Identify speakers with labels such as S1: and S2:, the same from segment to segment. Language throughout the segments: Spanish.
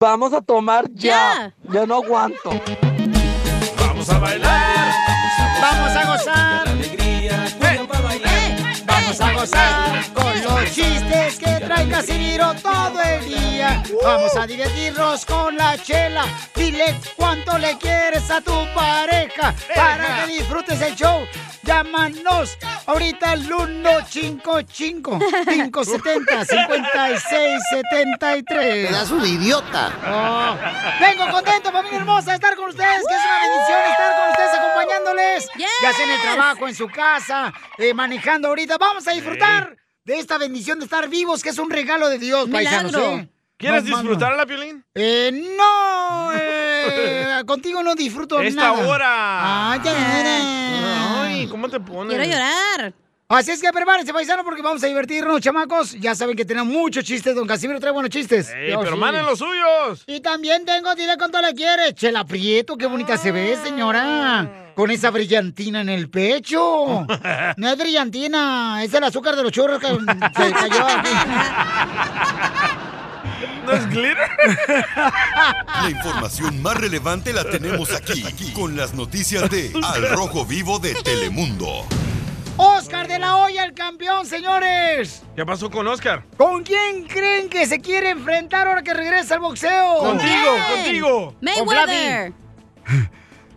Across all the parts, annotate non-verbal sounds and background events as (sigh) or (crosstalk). S1: Vamos a tomar ya. Ya, no aguanto.
S2: Pues,
S3: Vamos a bailar.
S2: Vamos a gozar. Eh,
S3: Vamos a gozar.
S2: Con eh, los chistes que trae Casimiro todo el día. Vamos a divertirnos con la chela. Dile cuánto le quieres a tu pareja. Para que disfrutes el show. Llámanos ahorita al 155 570 5673.
S4: Te das un idiota.
S2: Oh. Vengo contento, familia hermosa, de estar con ustedes, que es una bendición estar con ustedes acompañándoles. Ya sea en el trabajo, en su casa, eh, manejando ahorita. Vamos a disfrutar de esta bendición de estar vivos, que es un regalo de Dios, paisanos.
S3: Milagro.
S2: ¿eh?
S3: ¿Quieres
S2: Nos manda.
S3: disfrutarla, Piolín?
S2: Eh,
S3: (laughs)
S2: no, eh, contigo no disfruto
S3: Esta
S2: nada. Ah,
S3: hora.
S2: Ay, ya
S3: Ay, ¿cómo te pones?
S2: Quiero llorar. Así es que prepárense, paisano, porque vamos a divertirnos, chamacos. Ya saben que tenemos muchos chistes. Don Casimiro trae buenos chistes.
S3: Ey, pero manden los suyos.
S2: Y también tengo, dile cuánto le quieres. Chela Prieto, qué bonita se ve, señora. Con esa brillantina en el
S3: (laughs)
S2: pecho. No es brillantina, es el azúcar de los churros que se cayó
S3: (laughs)
S2: aquí.
S3: ¿No es glitter?
S5: La información más relevante la tenemos aquí, con las noticias de Al Rojo Vivo de Telemundo.
S2: Oscar de la Hoya, el campeón, señores.
S3: ¿Qué pasó con Oscar?
S2: ¿Con quién creen que se quiere enfrentar ahora que regresa al boxeo?
S3: Contigo, contigo.
S2: Con Vladimir. (laughs)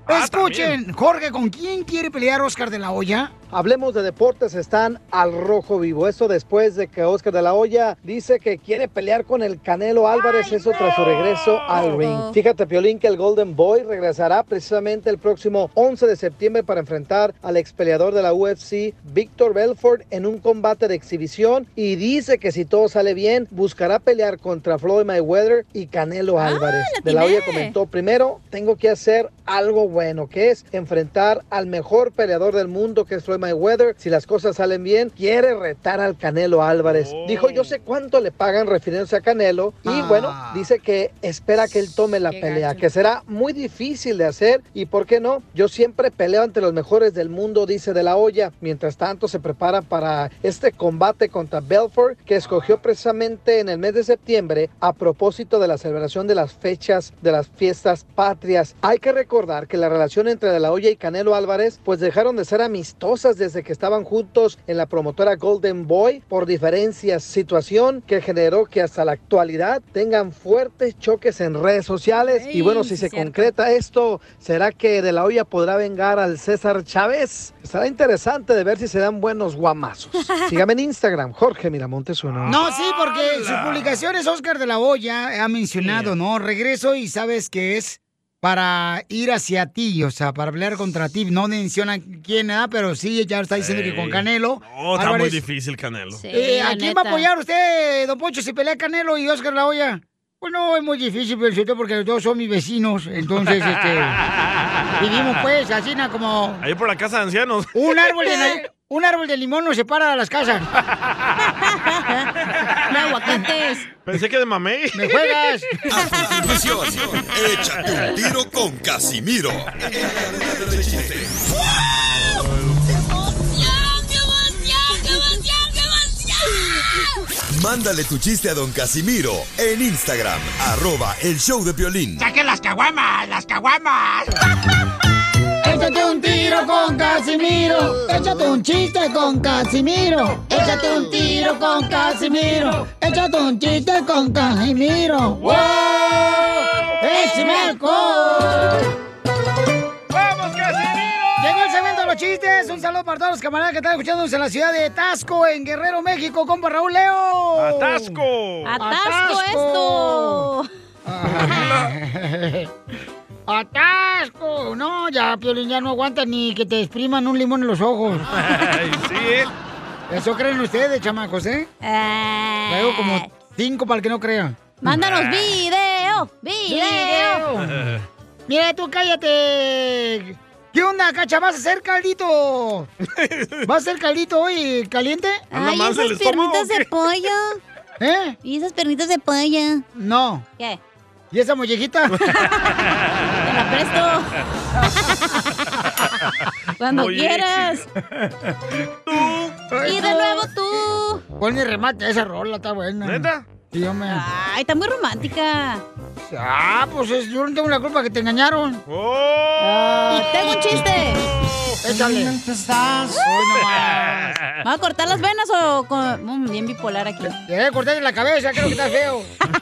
S2: Escuchen, Jorge, ¿con quién quiere pelear Oscar de la Hoya?
S6: Hablemos de deportes, están al rojo vivo. Eso después de que Oscar de la Hoya dice que quiere pelear con el Canelo Álvarez, eso tras su regreso al ring. Fíjate, Piolín, que el Golden Boy regresará precisamente el próximo 11 de septiembre para enfrentar al ex peleador de la UFC, Víctor Belfort, en un combate de exhibición. Y dice que si todo sale bien, buscará pelear contra Floyd Mayweather y Canelo Álvarez. de la Hoya
S7: atiné.
S6: comentó comentó, primero tengo que hacer algo bueno, que es enfrentar al mejor peleador del mundo, que es Floyd Mayweather. Si las cosas salen bien, quiere retar al Canelo Álvarez. Dijo, yo sé cuánto le pagan refiriéndose a Canelo. Y bueno, dice que espera que él tome la pelea, que será muy difícil de hacer. Y por qué no, yo siempre peleo ante los mejores del mundo, dice De La Hoya. Mientras tanto, se prepara para este combate contra Belfort, que escogió precisamente en el mes de septiembre a propósito de la celebración de las fechas de las fiestas patrias. Hay que recordar que la relación entre De La Hoya y Canelo Álvarez pues dejaron de ser amistosas desde que estaban juntos en la promotora Golden Boy por diferencias, situación que generó que hasta la actualidad tengan fuertes choques en redes sociales. y bueno,
S8: Ey,
S6: si
S8: sí,
S6: se
S8: cierto.
S6: concreta esto, ¿será que De La Hoya podrá vengar al César Chávez? Estará interesante de ver si se dan buenos guamazos. Sígame en Instagram, Jorge Miramontes
S3: Ah,
S6: uno.
S2: No, sí, porque sus publicaciones Oscar de la Hoya ha mencionado, ¿no? Regreso y sabes que es para ir hacia ti, o sea, para pelear contra ti. No menciona quién, nada, pero sí, ya está diciendo que con
S3: Ey.
S2: Canelo.
S3: No, Oh, está muy
S2: Álvarez.
S3: difícil, Canelo.
S2: Eh, ¿A quién va a
S9: neta.
S2: apoyar usted, don Poncho, si pelea Canelo y Oscar La Hoya? Pues no, es muy difícil, pero cierto, porque los dos son mis vecinos, entonces,
S3: (laughs)
S2: este... Vivimos, pues, Uh. así, na, como...
S3: Ahí por la casa de ancianos.
S2: Un árbol de, na- un árbol de limón nos separa a las casas.
S3: aguacates. Pensé que de mamey.
S2: Me juegas.
S5: A continuación, échate un tiro con Casimiro. Mándale tu chiste a don Casimiro en Instagram, arroba el show de violín.
S10: ¡Saquen las caguamas! ¡Las caguamas!
S2: Échate un tiro con Casimiro. Échate un chiste con Casimiro. Échate un tiro con Casimiro. Échate un chiste con Casimiro. ¡Wow! ¡Eh, ¡Échame alcohol!
S3: ¡Vamos, Casimiro!
S2: Llegó el segmento de los chistes. Un saludo para todos los camaradas que están escuchándonos en la ciudad de Tasco, en Guerrero, México. Compa Raúl Leo.
S3: ¡Atasco!
S2: ¡Atasco esto! (laughs) ¡Atasco! No, ya, Piolín, ya no aguanta ni que te expriman un limón en los ojos.
S3: Ay, sí, ¿eh?
S2: Eso creen ustedes, chamacos, ¿eh? Traigo como Ah. cinco para el que no crea.
S9: Mándanos video, video.
S2: Mira, tú cállate. ¿Qué onda, cacha? ¿Vas a hacer caldito? ¿Vas a hacer caldito hoy caliente?
S9: Ay, esas piernitas de pollo.
S2: ¿Eh?
S9: ¿Y esas piernitas de pollo?
S2: No.
S9: ¿Qué?
S2: ¿Y esa mollejita?
S9: Te la
S2: (laughs)
S9: presto. Cuando
S2: Oye.
S9: quieras. Y de nuevo tú.
S2: Ponle remate a esa rola, está buena.
S3: ¿Neta?
S2: Sí, hombre.
S9: Ay, está muy romántica.
S2: Ah, pues es- yo no tengo la culpa que te engañaron.
S9: Ah, tengo un chiste.
S2: Échale. Hoy nomás.
S9: ¿Vamos a cortar las venas o con- mm, bien bipolar aquí?
S2: Te voy a cortar en la cabeza, creo que está feo.
S9: (laughs)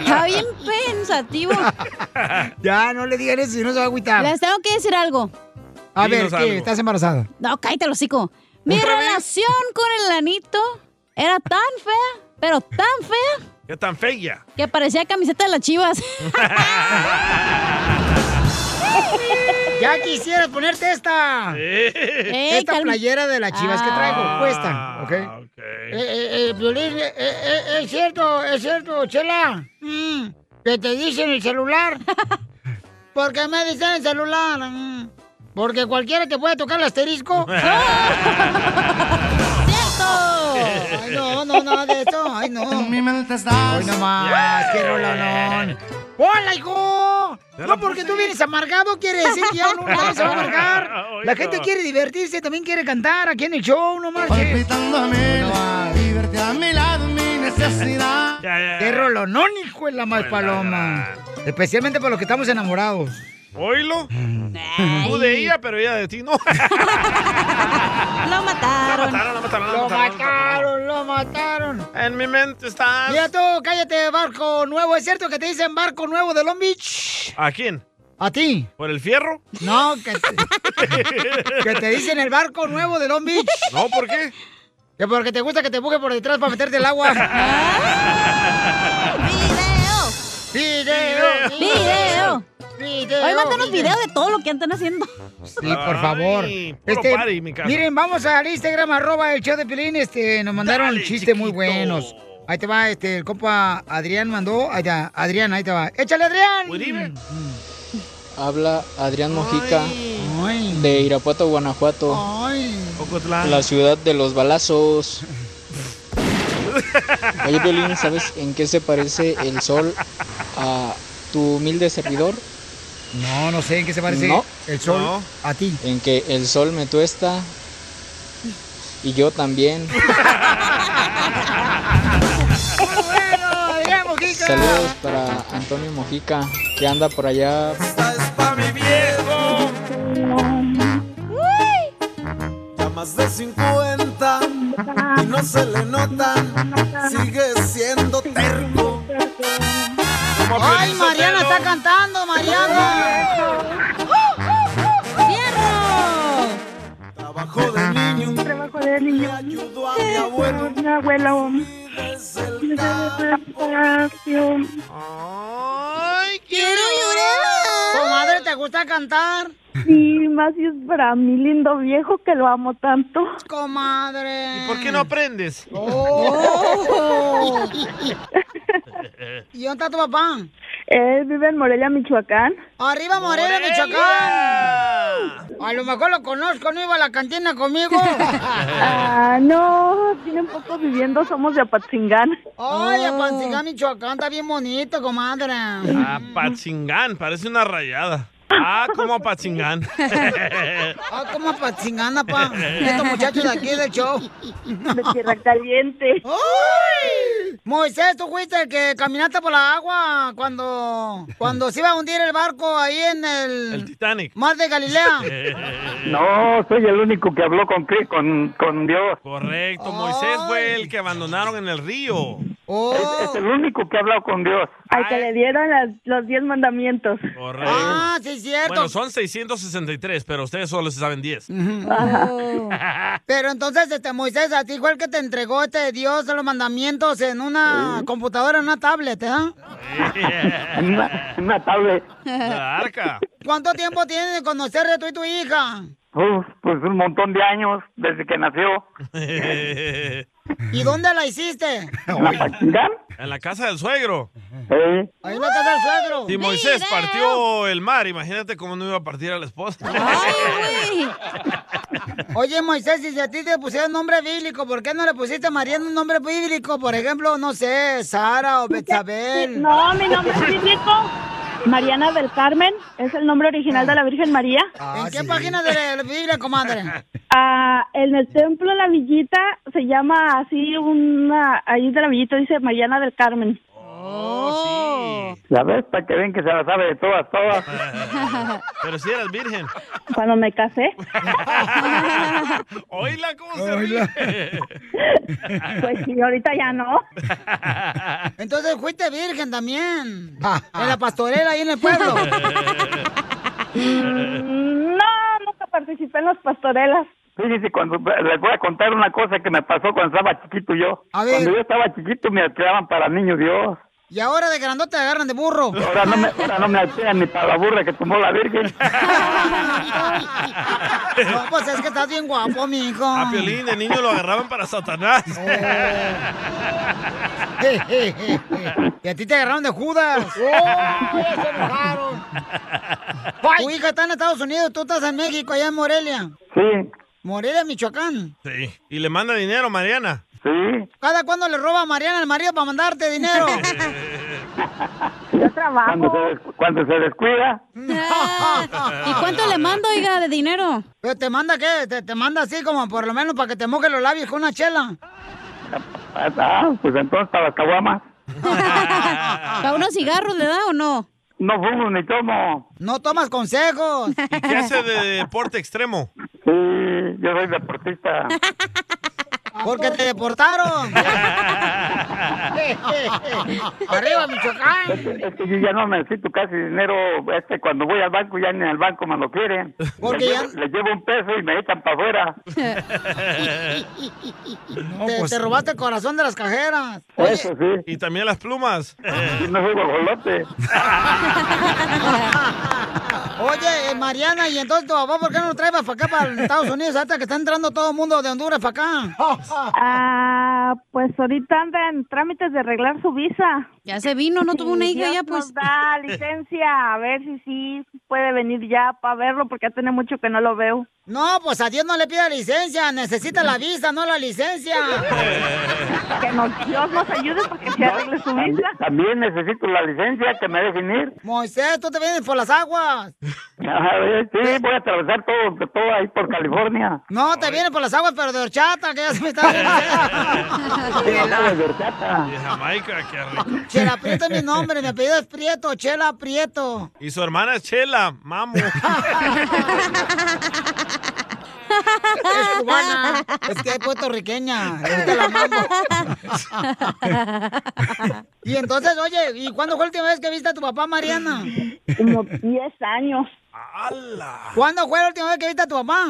S9: Está bien pensativo.
S2: Ya, no le digan eso, si no se va a agüitar.
S9: Les tengo que decir algo.
S2: A ver,
S3: Dinos
S2: ¿qué?
S3: algo.
S2: ¿Estás embarazada?
S9: No, cállate, el hocico. Mi relación con el lanito era tan fea, pero tan fea,
S3: (laughs) ¿Qué
S9: (laughs)
S3: tan fea?
S9: que parecía camiseta de las chivas.
S2: (laughs) Ya quisieras ponerte esta.
S9: Ey,
S2: Esta
S9: calma.
S2: playera de las chivas que traigo,
S3: Eh, Ah,
S2: cuesta, ¿ok?
S3: ok.
S2: Eh, eh, eh, Violín, eh, eh, eh, es cierto, es cierto, Chela. Mm, que te dicen el
S3: (laughs)
S2: celular. ¿Por qué me dicen el celular? Mm, porque cualquiera te puede tocar el
S3: (laughs)
S2: asterisco.
S9: ¡Cierto!
S2: ¡Oh! Ay, no, no, no, de eso, ay, no. Mi mente está. Ay, no más, qué rolonón. ¡Hola, hijo!
S3: Ya
S2: No,
S3: la
S2: porque tú vienes amargado, quiere decir que ya no, nadie se va a amargar.
S3: Ay,
S2: La
S3: no.
S2: gente quiere divertirse, también quiere cantar aquí en el show, no marches. No más.
S3: Ya, ya, ya.
S2: ¡Qué rolonón, hijo de la más
S3: Buena,
S2: paloma! Especialmente para los que estamos enamorados.
S3: Oílo.
S9: Ay,
S3: Tú de ella, pero ella de ti no.
S9: Lo
S3: La
S9: mataron.
S3: mataron, la mataron, la
S2: ¡Lo
S3: mataron, la mataron.
S2: mataron, lo mataron!
S3: En mi mente estás.
S2: Mira tú, cállate, barco nuevo. ¿Es cierto que te dicen barco nuevo de Long Beach?
S3: ¿A quién?
S2: ¿A ti?
S3: ¿Por el fierro?
S2: No, que te, que te dicen el barco nuevo de Long Beach.
S3: (laughs) No, ¿por qué?
S2: Que porque te gusta que te empuje por detrás para meterte el agua. (laughs)
S3: (laughs)
S9: ¡Video!
S2: ¡Video!
S9: ¡Video!
S2: ¡Video!
S9: Hoy mandanos video de todo lo que andan haciendo.
S2: Sí, por favor. Este,
S3: Ay, puro party, mi casa.
S2: Miren, vamos al Instagram, arroba el show de Pilín. Este, nos mandaron
S3: Dale,
S2: chistes
S3: chiquito.
S2: muy buenos. Ahí te va, este, el compa Adrián mandó. Ahí está, Adrián, ahí te va. ¡Échale, Adrián!
S3: Uribe.
S4: Habla Adrián Mojica
S2: Ay,
S4: de Irapuato, Guanajuato,
S2: ay.
S3: Ocotlán.
S4: la ciudad de los balazos. Oye, Violín, ¿sabes en qué se parece el sol a tu humilde servidor?
S2: No, no sé en qué se parece
S4: No.
S2: el sol
S3: No.
S2: a ti.
S4: En que el sol me tuesta y yo también.
S3: Ah,
S2: ¡Bueno, Adrián Mojica!
S4: Saludos para Antonio Mojica, que anda por allá.
S7: Ya más de 50 y no se le notan, sigue siendo terco.
S3: Como a
S2: ¡Ay,
S3: Piolín
S2: Mariana
S3: Sotelo.
S2: está cantando, Mariana!
S9: ¡Fierro!
S7: Trabajo de niño,
S8: trabajo de niño.
S7: ayudo a mi abuelo
S8: Mi abuelo
S7: desde el campo.
S8: despacio.
S3: Ay,
S9: ¡Quiero llorar!
S2: ¡Tu madre te gusta cantar!
S8: Y más si es para mi lindo viejo que lo amo tanto.
S2: ¡Comadre!
S3: ¿Y por qué no aprendes?
S2: ¡Oh! ¿Y dónde está tu papá?
S8: Él vive en Morelia, Michoacán.
S2: ¡Arriba Morelia, Michoacán! A lo mejor lo conozco, no iba a la cantina
S3: (laughs)
S2: conmigo.
S8: Ah, no, tiene un poco viviendo, somos de Apatzingán.
S2: Ay,
S9: Oh.
S2: Apatzingán, Michoacán, está bien bonito, comadre.
S3: Ah, Patzingán, parece una rayada. Ah, como
S2: (laughs)
S3: a Patzingán.
S2: Ah, como Apatzingán,
S8: (laughs)
S2: pa. Estos muchachos de aquí del show.
S8: De Tierra Caliente.
S2: (laughs) ¡Ay! Moisés, tú fuiste el que caminaste por la agua cuando, cuando se iba a hundir el barco ahí en
S3: El
S2: el
S3: Titanic.
S2: mar de
S3: (laughs)
S2: Galilea.
S11: No, soy el único que habló con, Cri- con, con Dios.
S3: Correcto, Moisés fue el que abandonaron en el río.
S2: Oh.
S11: Este Es el único que ha hablado con Dios.
S8: Al que le dieron las- los diez mandamientos.
S3: Correcto.
S2: Ah, sí, es cierto.
S3: Bueno, son 663, pero ustedes solo se saben 10.
S2: Pero entonces, este, Moisés, a ti igual que te entregó este Dios los mandamientos en una computadora, en una tablet, ¿eh?
S11: (laughs) En una, en una tablet.
S3: La arca.
S2: ¿Cuánto tiempo tienes de conocerle tú y tu hija?
S11: Uf, pues un montón de años desde que
S3: (laughs)
S11: nació.
S3: en
S2: ¿Y dónde la hiciste?
S11: ¿En Apachingán?
S3: la casa del suegro.
S11: Sí.
S2: Ahí en la casa del suegro.
S3: Si Moisés partió el mar, imagínate cómo no iba a partir a
S2: (laughs)
S3: la esposa. (laughs)
S9: ¡Ay, güey!
S2: Oye, Moisés, si a ti te pusieron nombre bíblico, ¿por qué no le pusiste a Mariana un nombre bíblico? Por ejemplo, no sé, Sara o Betabel.
S8: No, mi nombre es bíblico. Mariana del Carmen es el nombre original de la Virgen María.
S2: ¿En qué página de la Biblia, comadre?
S8: Ah, en el templo de la Villita se llama así una ahí de la Villita dice Mariana del Carmen.
S9: Oh,
S11: La ves para que ven que se la sabe de todas, todas.
S3: (laughs) Pero si eras
S11: (laughs)
S3: virgen.
S8: Cuando me casé,
S3: Oíla cómo se ríe.
S8: pues sí, ahorita ya no.
S2: Entonces fuiste virgen también. En la pastorela ahí en el pueblo.
S8: Mm, No, nunca participé en las pastorelas.
S11: Fíjense, cuando, les voy a contar una cosa que me pasó cuando estaba chiquito yo.
S2: A ver.
S11: Cuando yo estaba chiquito me alquilaban para niños Dios.
S2: Y ahora de grandote agarran de burro.
S11: Ahora no me, ahora no me alquilan ni para la burra que tomó la
S3: (laughs)
S11: Virgen.
S2: No, pues es que estás bien guapo, mijo.
S3: A Ah, Piolín de niño lo agarraban para (laughs) Satanás.
S9: (laughs)
S2: Oh.
S3: Oh.
S2: Y a ti te agarraron de Judas. Oh, se enojaron. Tu hija está en Estados Unidos, tú estás en México, allá en Morelia.
S11: Sí.
S2: Morelia, Michoacán.
S3: Sí. Y le manda dinero, Mariana.
S11: Sí.
S2: ¿Cada cuándo le roba a Mariana al marido para mandarte
S3: (laughs)
S2: dinero? Yo (laughs)
S11: Cuando se, des- cuando se descuida.
S9: Ah, ¿Y cuánto le mando, oiga, de dinero?
S2: ¿Pero te manda qué? ¿Te, te manda así como por lo menos para que te moje los labios con una chela?
S11: Ah, pues entonces para las caguamas.
S9: ¿Para unos cigarros le da o no?
S11: No fumo ni tomo.
S2: No tomas consejos.
S3: ¿Qué hace de deporte extremo?
S11: Sí, yo soy deportista.
S2: Porque te deportaron. (laughs) Arriba, Michoacán.
S11: Es que yo ya no necesito casi dinero. Este, cuando voy al banco, ya ni al banco me lo quieren.
S2: Porque
S11: le,
S2: ya-
S11: llevo, le llevo un peso y me echan para afuera.
S2: te,
S3: pues-
S2: te robaste el corazón de las cajeras.
S11: Eso sí.
S3: Y también las plumas.
S11: No soy guajolote.
S2: Oye, eh, Mariana, y entonces tu papá, ¿por qué no lo traes para acá, para Estados Unidos? Hasta que está entrando todo el mundo de Honduras para acá.
S8: (laughs) Ah, pues ahorita anda en trámites de arreglar su visa.
S9: Ya se vino, no tuvo una hija
S8: Dios
S9: ya,
S8: Nos
S9: pues.
S8: da licencia, a ver si sí puede venir ya para verlo, porque ya tiene mucho que no lo veo.
S2: No, pues a Dios no le pida licencia, necesita la visa, no la licencia.
S8: Que nos, Dios nos ayude porque se arregle su
S11: También,
S8: visa.
S11: también necesito la licencia que me dejen ir.
S2: Moisés, tú te vienes por las aguas.
S11: A ver, Sí, voy a atravesar todo, todo ahí por California.
S2: No, te vienes por las aguas, pero de horchata, que ya se me está
S11: Chela. (laughs) De horchata.
S3: De Jamaica, qué rico.
S2: Chela Prieto es mi nombre, mi apellido es Prieto, Chela Prieto.
S3: Y su hermana es Chela, mamo.
S2: Es cubana, es que es puertorriqueña, le gusta la
S11: (laughs)
S2: mamo. Y entonces, oye, ¿y cuándo fue la última vez que viste a tu papá, Mariana?
S8: Como 10 años.
S2: ¿Cuándo fue la última vez que viste a tu papá?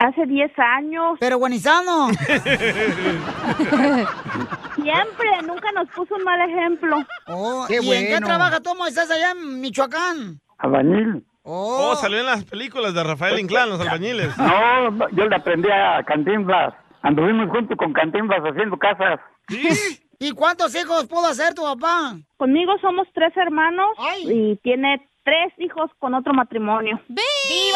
S8: Hace 10 años. (laughs)
S2: Pero guanizano.
S8: Siempre, nunca nos puso un mal ejemplo.
S2: Oh,
S8: Qué
S2: ¿Y en qué
S8: bueno.
S2: trabaja tú, Moisés, allá en Michoacán?
S11: Albañil.
S3: Oh, salió en las películas de Rafael Inclán, los albañiles.
S11: No, no, yo le aprendí a Cantinflas. Anduvimos juntos con Cantinflas haciendo casas.
S2: ¿Y cuántos hijos pudo hacer tu papá?
S8: Conmigo somos tres hermanos y tiene tres hijos con otro matrimonio.
S2: ¡Viva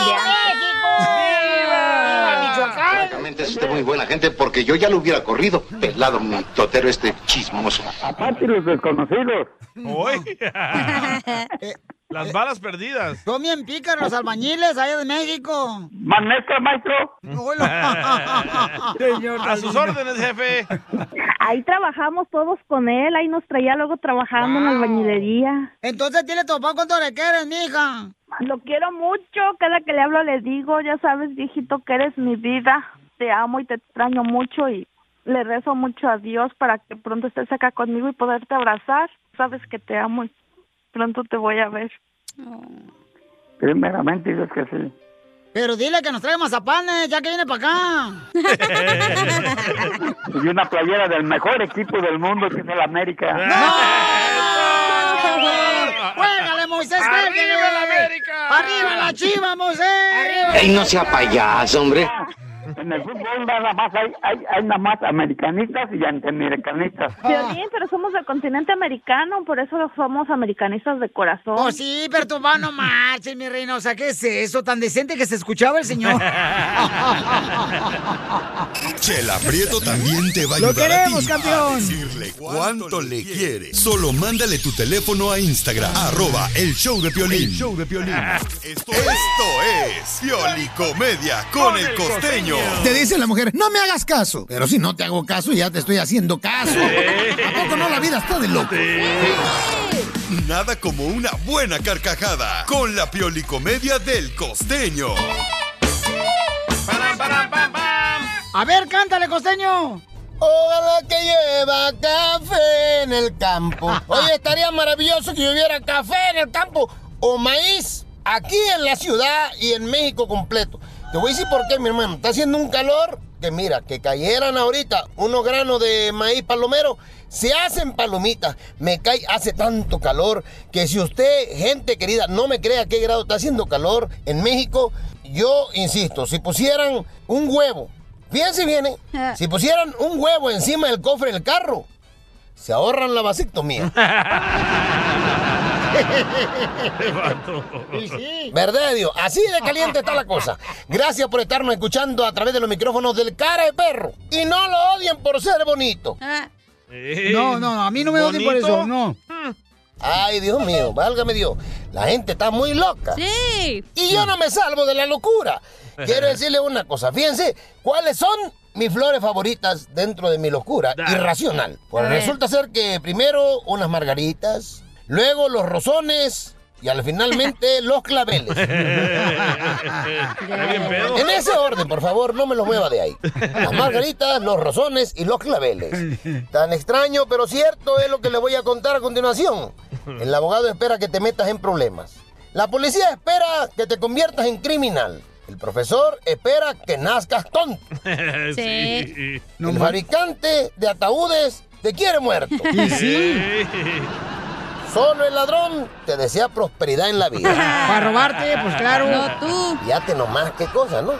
S2: México! ¡Viva! Ah, Michoacán!
S12: Francamente, es usted muy buena gente porque yo ya lo hubiera corrido. Pelado, mi totero este chismoso.
S11: Aparte los
S2: (laughs)
S11: desconocidos.
S3: Hoy. (laughs) Las balas perdidas.
S2: Son bien pícaros los albañiles allá de México.
S11: Más maestro, maestro.
S3: (laughs) A sus órdenes, jefe.
S8: Ahí trabajamos todos con él, ahí nos traía luego trabajando en la albañilería.
S2: Entonces dile a tu papá cuánto le quieres, mija.
S8: Lo quiero mucho, cada que le hablo le digo, ya sabes, viejito, que eres mi vida, te amo y te extraño mucho y le rezo mucho a Dios para que pronto estés acá conmigo y poderte abrazar. Sabes que te amo y pronto te voy a ver.
S13: Oh.
S11: Primeramente dices que sí.
S2: Pero dile que nos traiga mazapanes, ya que viene
S11: (laughs)
S2: para acá.
S11: Y una playera del mejor equipo del mundo que es el América.
S2: ¡Juégale, Moisés! ¡Arriba la América! ¡Arriba la chiva, Moisés!
S12: Y no sea payaso, hombre.
S11: En el fútbol nada más hay, hay, hay nada más americanistas y antiamericanistas.
S8: Violín, pero somos del continente americano, por eso somos americanistas de corazón.
S2: Oh, sí, pero tu papá no marches, eh, mi reina. O sea, ¿qué es eso? Tan decente que se escuchaba el señor.
S5: Chela Prieto también te va a
S2: Lo
S5: ayudar a ti
S2: queremos, campeón.
S5: a decirle cuánto le quiere. Solo mándale tu teléfono a Instagram, arroba el show de Piolín.
S14: El
S5: Esto, es Piolicomedia con el costeño.
S14: Te dice la mujer, no me hagas caso. Pero si no te hago caso, ya te estoy haciendo caso. (laughs) ¿A poco no la vida está de loco?
S5: Nada como una buena carcajada con la Piolicomedia del costeño.
S2: A ver, cántale, costeño.
S15: Ojalá que lleva café en el
S2: (laughs)
S15: campo. Oye, estaría maravilloso que hubiera café en el campo o maíz aquí en la ciudad y en México completo. Te voy a decir por qué, mi hermano. Está haciendo un calor que mira, que cayeran ahorita unos granos de maíz palomero, se hacen palomitas. Me cae, hace tanto calor que si usted, gente querida, no me crea qué grado está haciendo calor en México, yo insisto, si pusieran un huevo, fíjense bien, ¿eh?
S16: Ah.
S15: si pusieran un huevo encima del cofre del carro, se ahorran la vasectomía. ¿Verdad, Dios? Así de caliente está la cosa. Gracias por estarnos escuchando a través de los micrófonos del cara de perro. Y no lo odien por ser bonito.
S2: No, no, no, a mí no me odien por eso, no.
S15: Ay, Dios mío, válgame Dios. La gente está muy loca. Sí. Y yo no me salvo de la locura.
S16: (laughs)
S15: Quiero decirle una cosa. Fíjense, ¿cuáles son mis flores favoritas dentro de mi locura irracional? Pues
S16: A ver.
S15: resulta ser que primero unas margaritas, luego los rosones y al
S16: (laughs)
S15: finalmente los claveles. En ese orden, por favor, no me los mueva de ahí. Las margaritas, los rosones y los claveles. Tan extraño, pero cierto es lo que le voy a contar a continuación. El abogado espera que te metas en problemas. La policía espera que te conviertas en criminal. El profesor espera que nazcas tonto.
S3: Sí.
S15: El fabricante de ataúdes te quiere
S2: (laughs)
S15: muerto. Solo el ladrón te desea prosperidad en la vida.
S2: (laughs) Para robarte, pues claro.
S15: No tú. Fíjate nomás qué cosa, ¿no?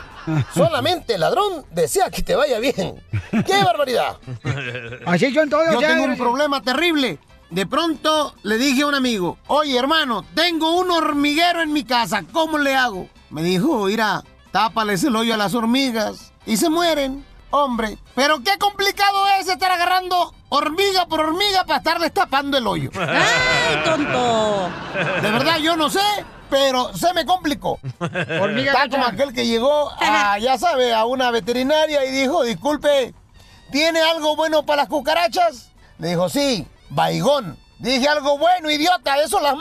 S15: Solamente el ladrón desea que te vaya bien. ¡Qué barbaridad!
S2: Así yo entonces
S15: Yo
S2: ya.
S15: tengo un
S2: problema
S15: terrible.
S2: De pronto le dije a un amigo,
S15: Oye, hermano, tengo un hormiguero en mi casa. ¿Cómo le hago? Me dijo, mira, tápales el hoyo a las hormigas y se mueren. Hombre, pero qué complicado es estar agarrando hormiga por hormiga para estarles tapando el
S16: (laughs)
S15: hoyo. ¡Ay, tonto! De verdad, yo no sé, pero se me complicó.
S16: Hormiga
S15: Está como aquel que llegó
S16: (laughs)
S15: a, ya sabe, a una veterinaria y dijo, disculpe, ¿tiene algo bueno para las cucarachas? Le dijo, sí, baigón. Dije algo bueno, idiota, eso las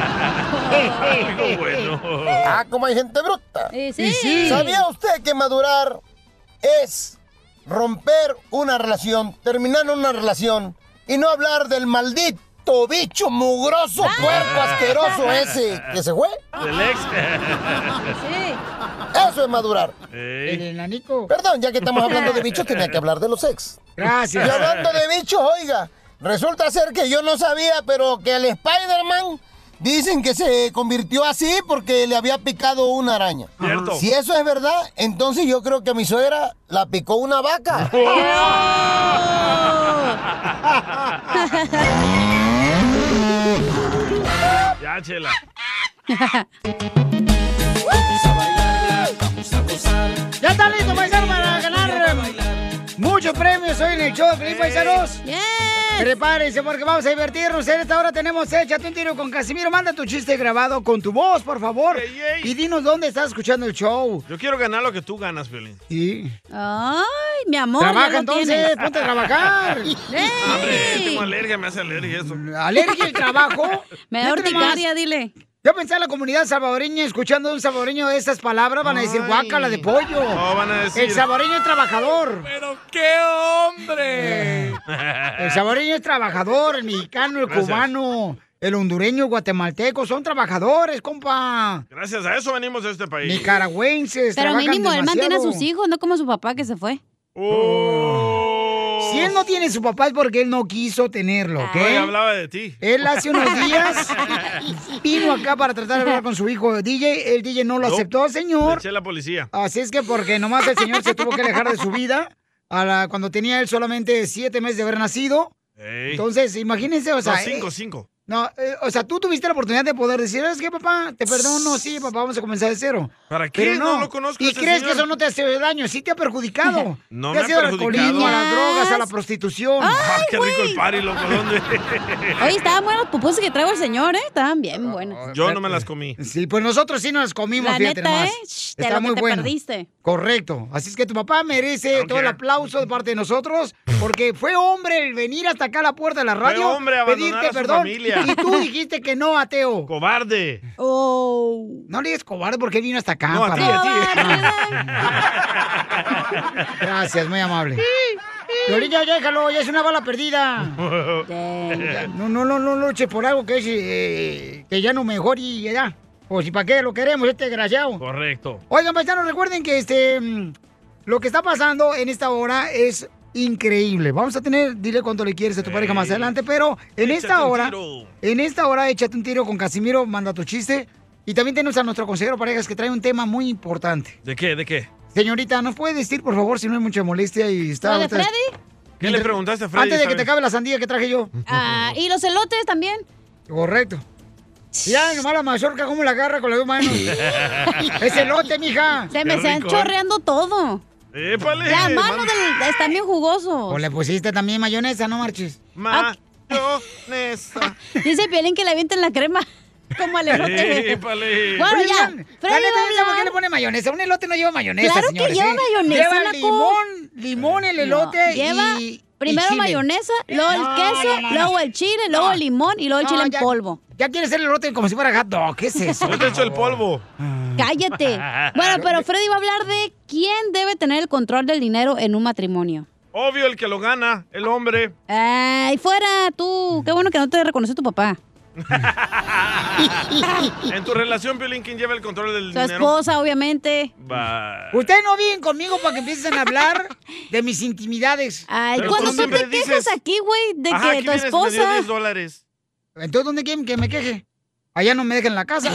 S16: (laughs)
S15: mata. ah, como hay gente bruta.
S16: sí. Y sí.
S15: ¿Sabía usted que madurar es romper una relación, terminar una relación y no hablar del maldito bicho mugroso, puerco
S16: Ah.
S15: asqueroso ese que se fue?
S3: Del ex.
S15: Eso es madurar.
S3: El
S15: enanico. Perdón, ya que estamos hablando de bichos, tenía que hablar de los ex.
S16: Gracias.
S15: Y hablando de bichos, oiga, resulta ser que yo no sabía, pero que el Spider-Man dicen que se convirtió así porque le había picado una araña.
S16: Cierto.
S15: Si eso es verdad, entonces yo creo que a mi suegra la picó una vaca. (laughs)
S3: Ya,
S15: (laughs)
S3: chela.
S2: Ya está listo, paisano, para ganar eh, muchos premios hoy en el show, ¿feliz paisanos? Prepárense porque vamos a divertirnos. En esta hora tenemos Échate un tiro con Casimiro. Manda tu chiste grabado con tu voz, por favor. Y dinos dónde estás escuchando el show.
S3: Yo quiero ganar lo que tú ganas, Violín.
S2: Sí.
S9: Ay, mi amor.
S2: Trabaja
S9: ya lo
S2: entonces,
S9: tienes.
S2: ponte a
S9: (laughs)
S2: trabajar.
S3: Hombre, tengo alergia, me hace alergia eso.
S2: Mm, Alergia al trabajo.
S9: (laughs) Me da
S2: Fíjate
S9: urticaria,
S2: nomás.
S9: dile.
S2: Yo pensé en la comunidad salvadoreña, escuchando a un salvadoreño estas palabras, van a decir guácala de pollo.
S16: No, van a decir-
S2: El salvadoreño es trabajador.
S16: Pero Oh, qué hombre.
S2: El saboreño es trabajador, el mexicano, el
S3: Gracias.
S2: cubano, el hondureño, el guatemalteco, son trabajadores, compa.
S3: Gracias a eso venimos a este país.
S9: Pero
S2: Nicaragüenses, Pues, trabajan
S9: mínimo él mantiene a
S2: demasiado.
S9: sus hijos, no como su papá que se fue.
S3: Oh.
S16: Oh.
S2: Si él no tiene su papá es porque él no quiso tenerlo, ¿ok?
S3: Oye, hablaba de ti.
S2: Él hace unos
S3: (laughs)
S2: días vino acá para tratar de hablar con su hijo DJ, el DJ no lo aceptó,
S3: Le
S2: señor.
S3: eché a la policía.
S2: Así es que porque nomás el señor se tuvo que alejar de su vida a la- cuando tenía él solamente siete meses de haber nacido.
S3: Ey.
S2: Entonces, imagínense, o sea,
S3: No, cinco,
S2: eh,
S3: cinco.
S2: No, eh, o sea, tú tuviste la oportunidad de poder decir, ¿sabes qué, papá? Te perdono, sí, papá, vamos a comenzar de cero.
S3: ¿Para qué?
S2: Pero
S3: no, lo conozco.
S2: ¿Y
S3: ese
S2: crees que
S3: señor.
S2: eso no te ha hecho daño? Sí te ha perjudicado.
S3: (laughs) No
S2: te
S3: me
S2: ha
S3: ha
S2: sido al
S3: perjudicado.
S2: alcoholismo, a las drogas, a la
S9: Más.
S2: prostitución.
S3: Ah, qué rico el party, loco. ¿Dónde?
S9: Oye, estaban buenas las pupusas que trajo el señor, ¿eh? Estaban bien buenas.
S3: Yo no me las comí.
S2: Sí, pues nosotros sí nos las comimos,
S9: La
S2: fíjate
S9: neta,
S2: nomás.
S9: ¿eh? Shh, de
S2: Está
S9: lo que
S2: muy
S9: te
S2: bueno.
S9: perdiste.
S2: Correcto. Así es que tu papá merece todo el aplauso de parte de nosotros, porque fue hombre el venir hasta acá a la puerta de la
S3: Fue
S2: radio,
S3: hombre a abandonar
S2: pedirte
S3: a su
S2: perdón.
S3: familia.
S2: Y tú dijiste que no, ateo.
S3: Cobarde.
S2: Oh. No le digas cobarde porque él vino hasta acá.
S3: No, a ti,
S2: para-
S3: a ti.
S2: Ah. Gracias, muy (laughs) amable. Violín, ya déjalo, ya es una bala perdida. No, no, no, no luche por algo que es eh, que ya no mejor y ya. O si para qué lo queremos, este desgraciado.
S3: Correcto.
S2: Oigan, paisanos, recuerden que este mm, lo que está pasando en esta hora es increíble. Vamos a tener, dile cuánto le quieres a tu pareja más adelante, pero en
S15: Échate
S2: esta
S15: un
S2: hora,
S15: tiro.
S2: en esta hora, échate un tiro con Casimiro, manda tu chiste. Y también tenemos a nuestro consejero parejas que trae un tema muy importante.
S3: ¿De qué? ¿De qué?
S2: Señorita, ¿nos puede decir, por favor, si no hay mucha molestia y está...
S9: ¿Lo de
S2: usted-
S9: Freddy?
S3: ¿Qué le preguntaste a Freddy?
S2: Antes de que te
S3: Isabel?
S2: acabe la sandía que traje yo.
S9: Ah, ¿Y los elotes también?
S2: Correcto. Ya, nomás la mazorca, ¿cómo la agarra con las
S9: (laughs)
S2: dos manos? es elote, mija.
S9: Se me
S2: ¿eh?
S9: están
S3: ¿eh?
S9: chorreando todo.
S3: ¡Épale!
S9: La mano del, están bien
S2: O
S9: jugosos.
S2: le pusiste también mayonesa, no marches.
S9: Ah. (laughs) Dice Piolín que le avienten la crema. (laughs) Como al elote.
S3: ¡Épale!
S9: Bueno,
S2: Oye,
S9: ya.
S2: la neta,
S9: Freddy, vamos
S2: mira,
S9: a-
S2: ¿por qué le pone mayonesa? Un elote no lleva mayonesa,
S9: Claro que
S2: señores,
S9: lleva
S2: ¿eh?
S9: mayonesa,
S2: Lleva
S9: naco.
S2: limón, limón el elote
S9: No, lleva
S2: y
S9: primero mayonesa, luego el queso, luego el chile, luego el limón y luego el chile en polvo.
S2: Ya quieres el elote como si fuera hot
S9: (laughs)
S2: dog, ¿qué es eso?
S3: Yo te echo el polvo.
S9: Cállate. Bueno, pero Freddy va a hablar de quién debe tener el control del dinero en un matrimonio.
S3: Obvio, el que lo gana, el hombre.
S9: Ay, fuera tú. Qué bueno que no te reconoció tu papá.
S3: en tu relación, Piolín, ¿quién lleva el control del
S9: Su
S3: dinero?
S9: esposa, obviamente.
S3: Va.
S2: Ustedes no vienen conmigo para que empiecen a hablar de mis intimidades.
S9: Ay,
S3: Pero cuando tú tú siempre te quejas dices-
S2: aquí, güey, de
S3: Ajá, aquí vienes y me dio 10 dólares.
S2: Entonces, ¿dónde quieren que me queje? Allá no me dejan en
S9: (laughs)
S2: la casa.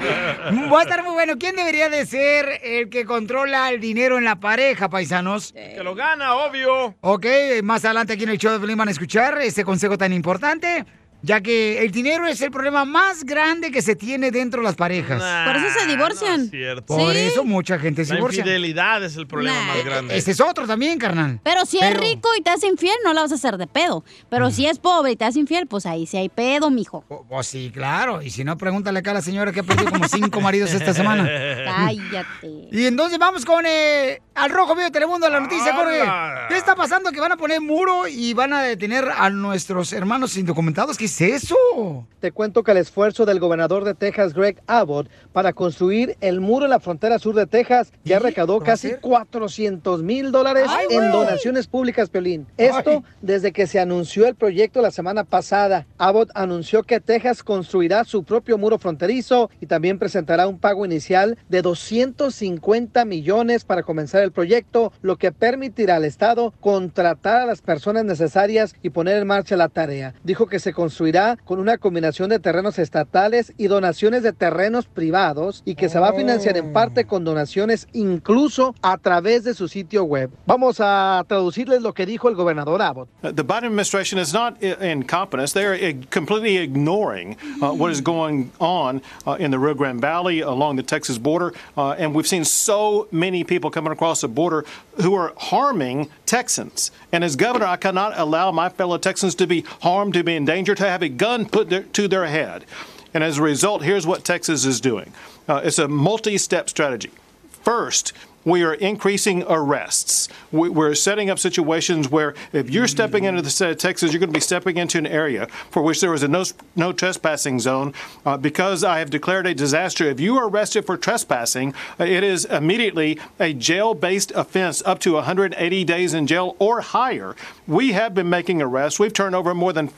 S2: (laughs) Va
S3: (laughs)
S2: a estar muy bueno. ¿Quién debería de ser el que controla el dinero en la pareja, paisanos?
S3: Que lo gana, obvio.
S2: Ok, más adelante aquí en el show de Pelín van a escuchar este consejo tan importante, ya que el dinero es el problema más grande que se tiene dentro de las parejas.
S9: Por eso se divorcian.
S3: Cierto.
S2: Por eso mucha gente se
S3: La
S2: divorcia.
S3: infidelidad es el problema más grande.
S2: Ese es otro también, carnal.
S9: Pero si es rico y te hace infiel, no la vas a hacer de pedo. Pero si es pobre y te hace infiel, pues ahí sí hay pedo, mijo.
S2: Pues sí, claro. Y si no, pregúntale acá a la señora que ha perdido como cinco maridos
S9: (laughs)
S2: esta semana.
S9: Cállate.
S2: eh. Y entonces vamos con eh, al Rojo Vivo de Telemundo, la noticia, Jorge.
S15: ¡Hala!
S2: ¿Qué está pasando? Que van a poner muro y van a detener a nuestros hermanos indocumentados. ¿Qué es eso?
S6: Te cuento que el esfuerzo del gobernador de Texas, Greg Abbott, para construir el muro en la frontera sur de Texas ya recaudó casi 400 mil dólares
S14: Ay,
S6: en
S14: güey.
S6: donaciones públicas, Piolín. Esto desde que se anunció el proyecto la semana pasada. Abbott anunció que Texas construirá su propio muro fronterizo y también presentará un pago inicial de 250 millones para comenzar el proyecto, lo que permitirá al Estado contratar a las personas necesarias y poner en marcha la tarea. Dijo que se construirá con una combinación de terrenos estatales y donaciones de terrenos privados y que se va a financiar en parte con donaciones incluso a través de su sitio web. Vamos a traducirles lo que dijo el gobernador Abbott.
S17: Uh, The Biden administration is not i- incompetence. They are ig- completely ignoring uh, what is going on uh, in the Rio Grande Valley along the Texas border. Uh, and we've seen so many people coming across the border who are harming Texans. And as governor, I cannot allow my fellow Texans to be harmed, to be in danger, to have a gun put their, to their head. And as a result, here's what Texas is doing uh, it's a multi step strategy. First, we are increasing arrests. We, we're setting up situations where if you're stepping into the state of Texas, you're going to be stepping into an area for which there was a no, no trespassing zone. Uh, because I have declared a disaster, if you are arrested for trespassing, uh, it is immediately a jail based offense up to 180 days in jail or higher. We have been making arrests. We've turned over more than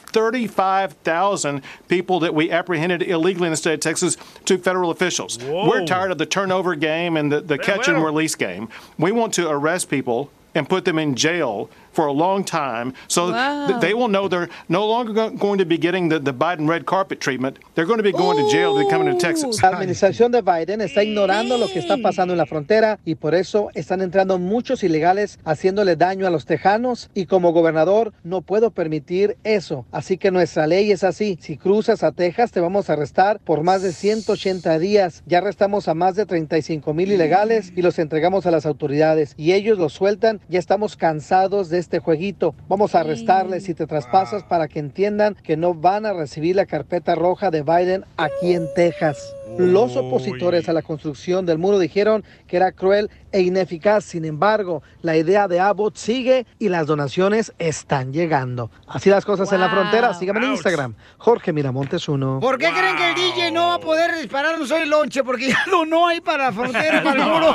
S17: 35,000 people that we apprehended illegally in the state of Texas to federal officials. We're tired of the turnover game and the, the catch and release game. We want to arrest people and put them in jail
S18: for a long time. So th-
S16: Wow.
S18: they will know they're no longer go- going to be getting the, the Biden red carpet treatment. They're going to be going to jail if they come into Texas.
S6: La administración de Biden está ignorando lo que está pasando en la frontera y por eso están entrando muchos ilegales haciéndole daño a los tejanos y como gobernador no puedo permitir eso. Así que nuestra ley es así. Si cruzas a Texas te vamos a arrestar por más de 180 días. Ya arrestamos a más de 35 mil ilegales y los entregamos a las autoridades y ellos los sueltan. Ya estamos cansados de este jueguito. Vamos a arrestarles si te traspasas para que entiendan que no van a recibir la carpeta roja de Biden aquí en Texas. Los opositores a la construcción del muro dijeron que era cruel e ineficaz. Sin embargo, la idea de Abbott sigue y las donaciones están llegando. Así las cosas en la frontera. Síganme en Instagram. Jorge Miramontes 1.
S2: ¿Por qué creen que el DJ no va a poder dispararnos hoy lonche? Porque ya (laughs) no hay para la frontera,
S3: (laughs)
S2: para el muro.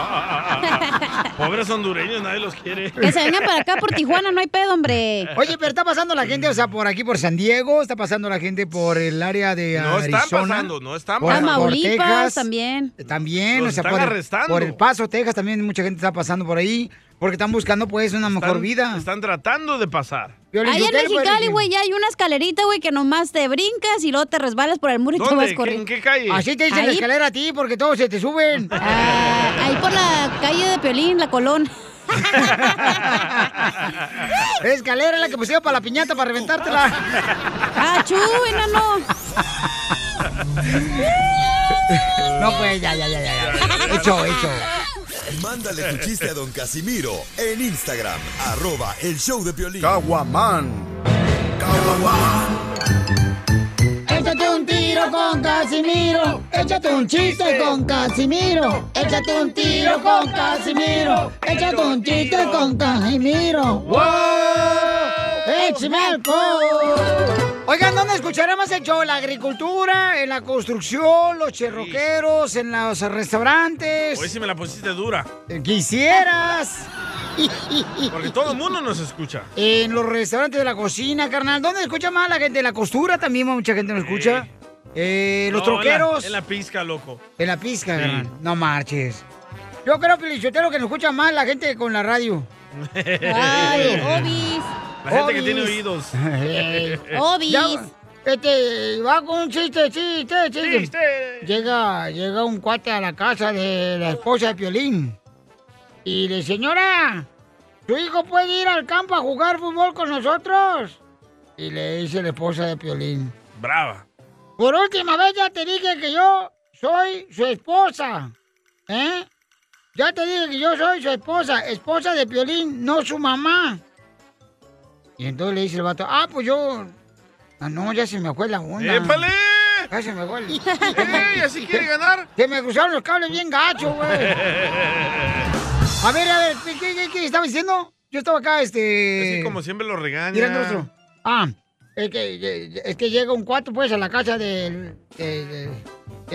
S3: Pobres hondureños, nadie los quiere.
S9: Que se vengan para
S2: (laughs)
S9: acá por Tijuana, no hay pedo, hombre.
S2: Oye, pero está pasando la gente, o sea, por aquí, por San Diego, está pasando la gente por el área de
S3: No
S2: Arizona.
S3: están pasando, no están
S2: por-
S3: pasando.
S2: por
S9: Tamaulipas
S2: Texas,
S9: también.
S2: También,
S3: Los
S2: o sea,
S3: están
S2: por, el-
S3: arrestando.
S2: por el Paso, Texas, también mucha gente está pasando por ahí, porque están buscando, pues, una mejor vida.
S3: Están tratando de pasar.
S9: Allá en Mexicali, güey, ya hay una escalerita, güey, que nomás te brincas y luego te resbalas por el muro y te
S3: ¿Dónde?
S9: vas
S3: ¿Qué-
S9: corriendo.
S3: en qué calle?
S2: Así te dicen la
S9: Ahí, Ah,
S2: escalera a ti, porque todos se
S9: (laughs)
S2: te suben.
S9: ahí por la calle de Piolín, la Colón.
S2: escalera la que pusieron para la piñata, para
S3: (laughs)
S2: reventártela.
S3: Ah,
S9: ¡Achú, no.
S2: (laughs) No, pues, ya, ya, ya, ya. ya. Hecho, hecho.
S5: Mándale tu chiste a don Casimiro en Instagram, arroba el show de Piolín.
S2: Échate un tiro con Casimiro. Échate un chiste con Casimiro. Échate un tiro con Casimiro. Échate un chiste con Casimiro. ¡Wow! ¡Échame alcohol! Oigan, ¿dónde escucharemos el show? En la agricultura, en la construcción, los cherroqueros, en los restaurantes.
S3: Hoy sí me la pusiste dura.
S2: Quisieras.
S3: Porque todo el mundo nos escucha.
S2: En los restaurantes de la cocina, carnal. ¿Dónde escucha más la gente? En la costura también mucha gente nos escucha. Eh, los
S3: No,
S2: troqueros.
S3: En la, en la pizca, loco.
S2: En la pizca, carnal. No marches. Yo creo que el lichotero que nos escucha más la gente con la radio.
S3: Ay,
S2: (laughs)
S3: hobbies. La gente que tiene oídos.
S2: Obis. Este, va con un chiste, chiste, chiste. Llega, llega un cuate a la casa de la esposa de Piolín. Y le dice, señora, ¿su hijo puede ir al campo a jugar fútbol con nosotros? Y le dice la esposa de Piolín.
S3: Brava.
S2: Por última vez ya te dije que yo soy su esposa. ¿Eh? Ya te dije que yo soy su esposa, esposa de Piolín, no su mamá. Y entonces le dice el vato, ah, pues yo... Ah, no, ya se me fue la onda.
S3: ¡Épale!
S2: Ya se me fue el...
S3: (laughs) ¡Ey, así quiere ganar!
S2: Se me cruzaron los cables bien gacho,
S3: (laughs)
S2: güey. Eh, A ver, a ver, ¿qué, qué, qué, qué estaba diciendo? Yo estaba acá, este...
S3: Así como siempre lo regaña.
S2: Mira el rostro. Ah, es que, que- es que llega un cuatro, pues, a la casa del, de, de-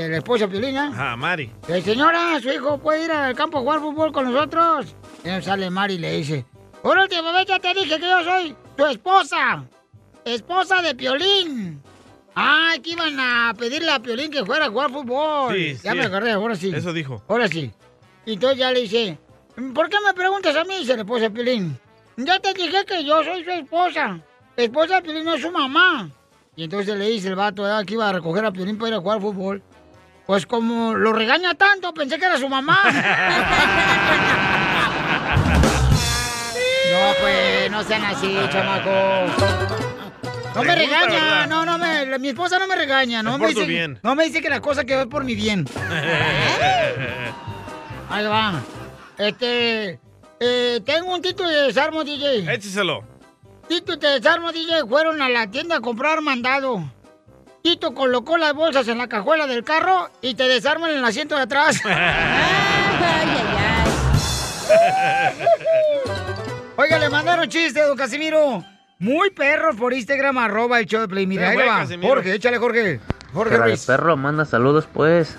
S2: de la esposa Piolina.
S3: Ajá, Mari.
S2: Eh, señora, su hijo puede ir al campo a jugar fútbol con nosotros. Y entonces sale Mari y le dice, por última vez ya te dije que yo soy tu esposa, esposa de Piolín. Ah, que iban a pedirle a Piolín que fuera a jugar fútbol.
S3: Sí,
S2: ya
S3: sí.
S2: me acordé, ahora sí. Oh.
S3: Eso dijo.
S2: Ahora sí. Y entonces ya le dice, ¿por qué me preguntas a mí? Dice la esposa de Pilín. Ya te dije que yo soy su esposa. Esposa de Pilín no es su mamá. Y entonces le dice el vato ¿verdad? que iba a recoger a Pilín para ir a jugar fútbol. Pues como lo regaña tanto, pensé que era su mamá.
S3: (laughs)
S2: no, pues, no sean así,
S16: (laughs)
S2: chamacos. No me
S16: Ah. Pregunta,
S2: regaña,
S16: ¿verdad?
S2: no, no me, la- mi esposa no me regaña, no
S16: Es
S2: me
S16: por tu
S2: dice,
S16: bien.
S2: no me dice que la cosa que es por mi
S16: (laughs)
S2: bien. Ahí va. Este. eh, tengo un título de desarmo, DJ.
S3: Écheselo.
S2: Tito de desarmo, DJ. Fueron a la tienda a comprar mandado. Tito colocó las bolsas en la cajuela del carro y te desarman en el asiento de
S16: (laughs)
S2: atrás. Oiga, le mandaron chiste, don Casimiro. Muy perro por Instagram, arroba el show de Play. Mira,
S3: Pero
S2: ahí
S3: güey,
S2: va.
S3: Casimiro.
S2: Jorge, échale, Jorge. Jorge
S19: Cara de
S2: Ruiz.
S19: perro, manda saludos pues.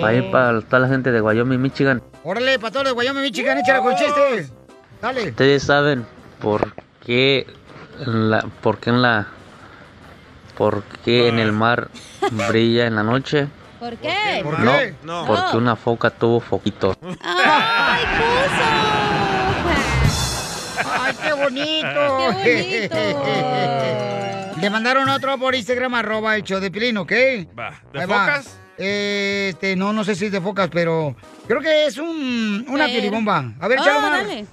S19: Para ir para toda la gente de Wyoming, Michigan.
S2: Órale, para todos los de Wyoming, Michigan, échale con chistes. Dale.
S19: Ustedes saben por qué en la, por qué en la, por qué en
S2: (laughs)
S19: el mar brilla en la noche.
S9: ¿Por qué?
S2: ¿Por
S19: No,
S2: qué?
S19: porque una foca
S9: Ah.
S19: (laughs) tuvo foquitos.
S9: ¡Ay, puso!
S2: Ay, qué bonito! (laughs)
S16: ¡Qué
S2: bonito! Le mandaron otro por Instagram, arroba el show de Pilín, ¿ok?
S3: Va, ¿de
S2: Ahí va.
S3: focas?
S2: Eh, Este, no, no sé si es de focas, pero creo que es un, una
S9: Pero-
S2: piribomba. A ver,
S9: Oh,
S2: échalo, Mar.
S9: dale.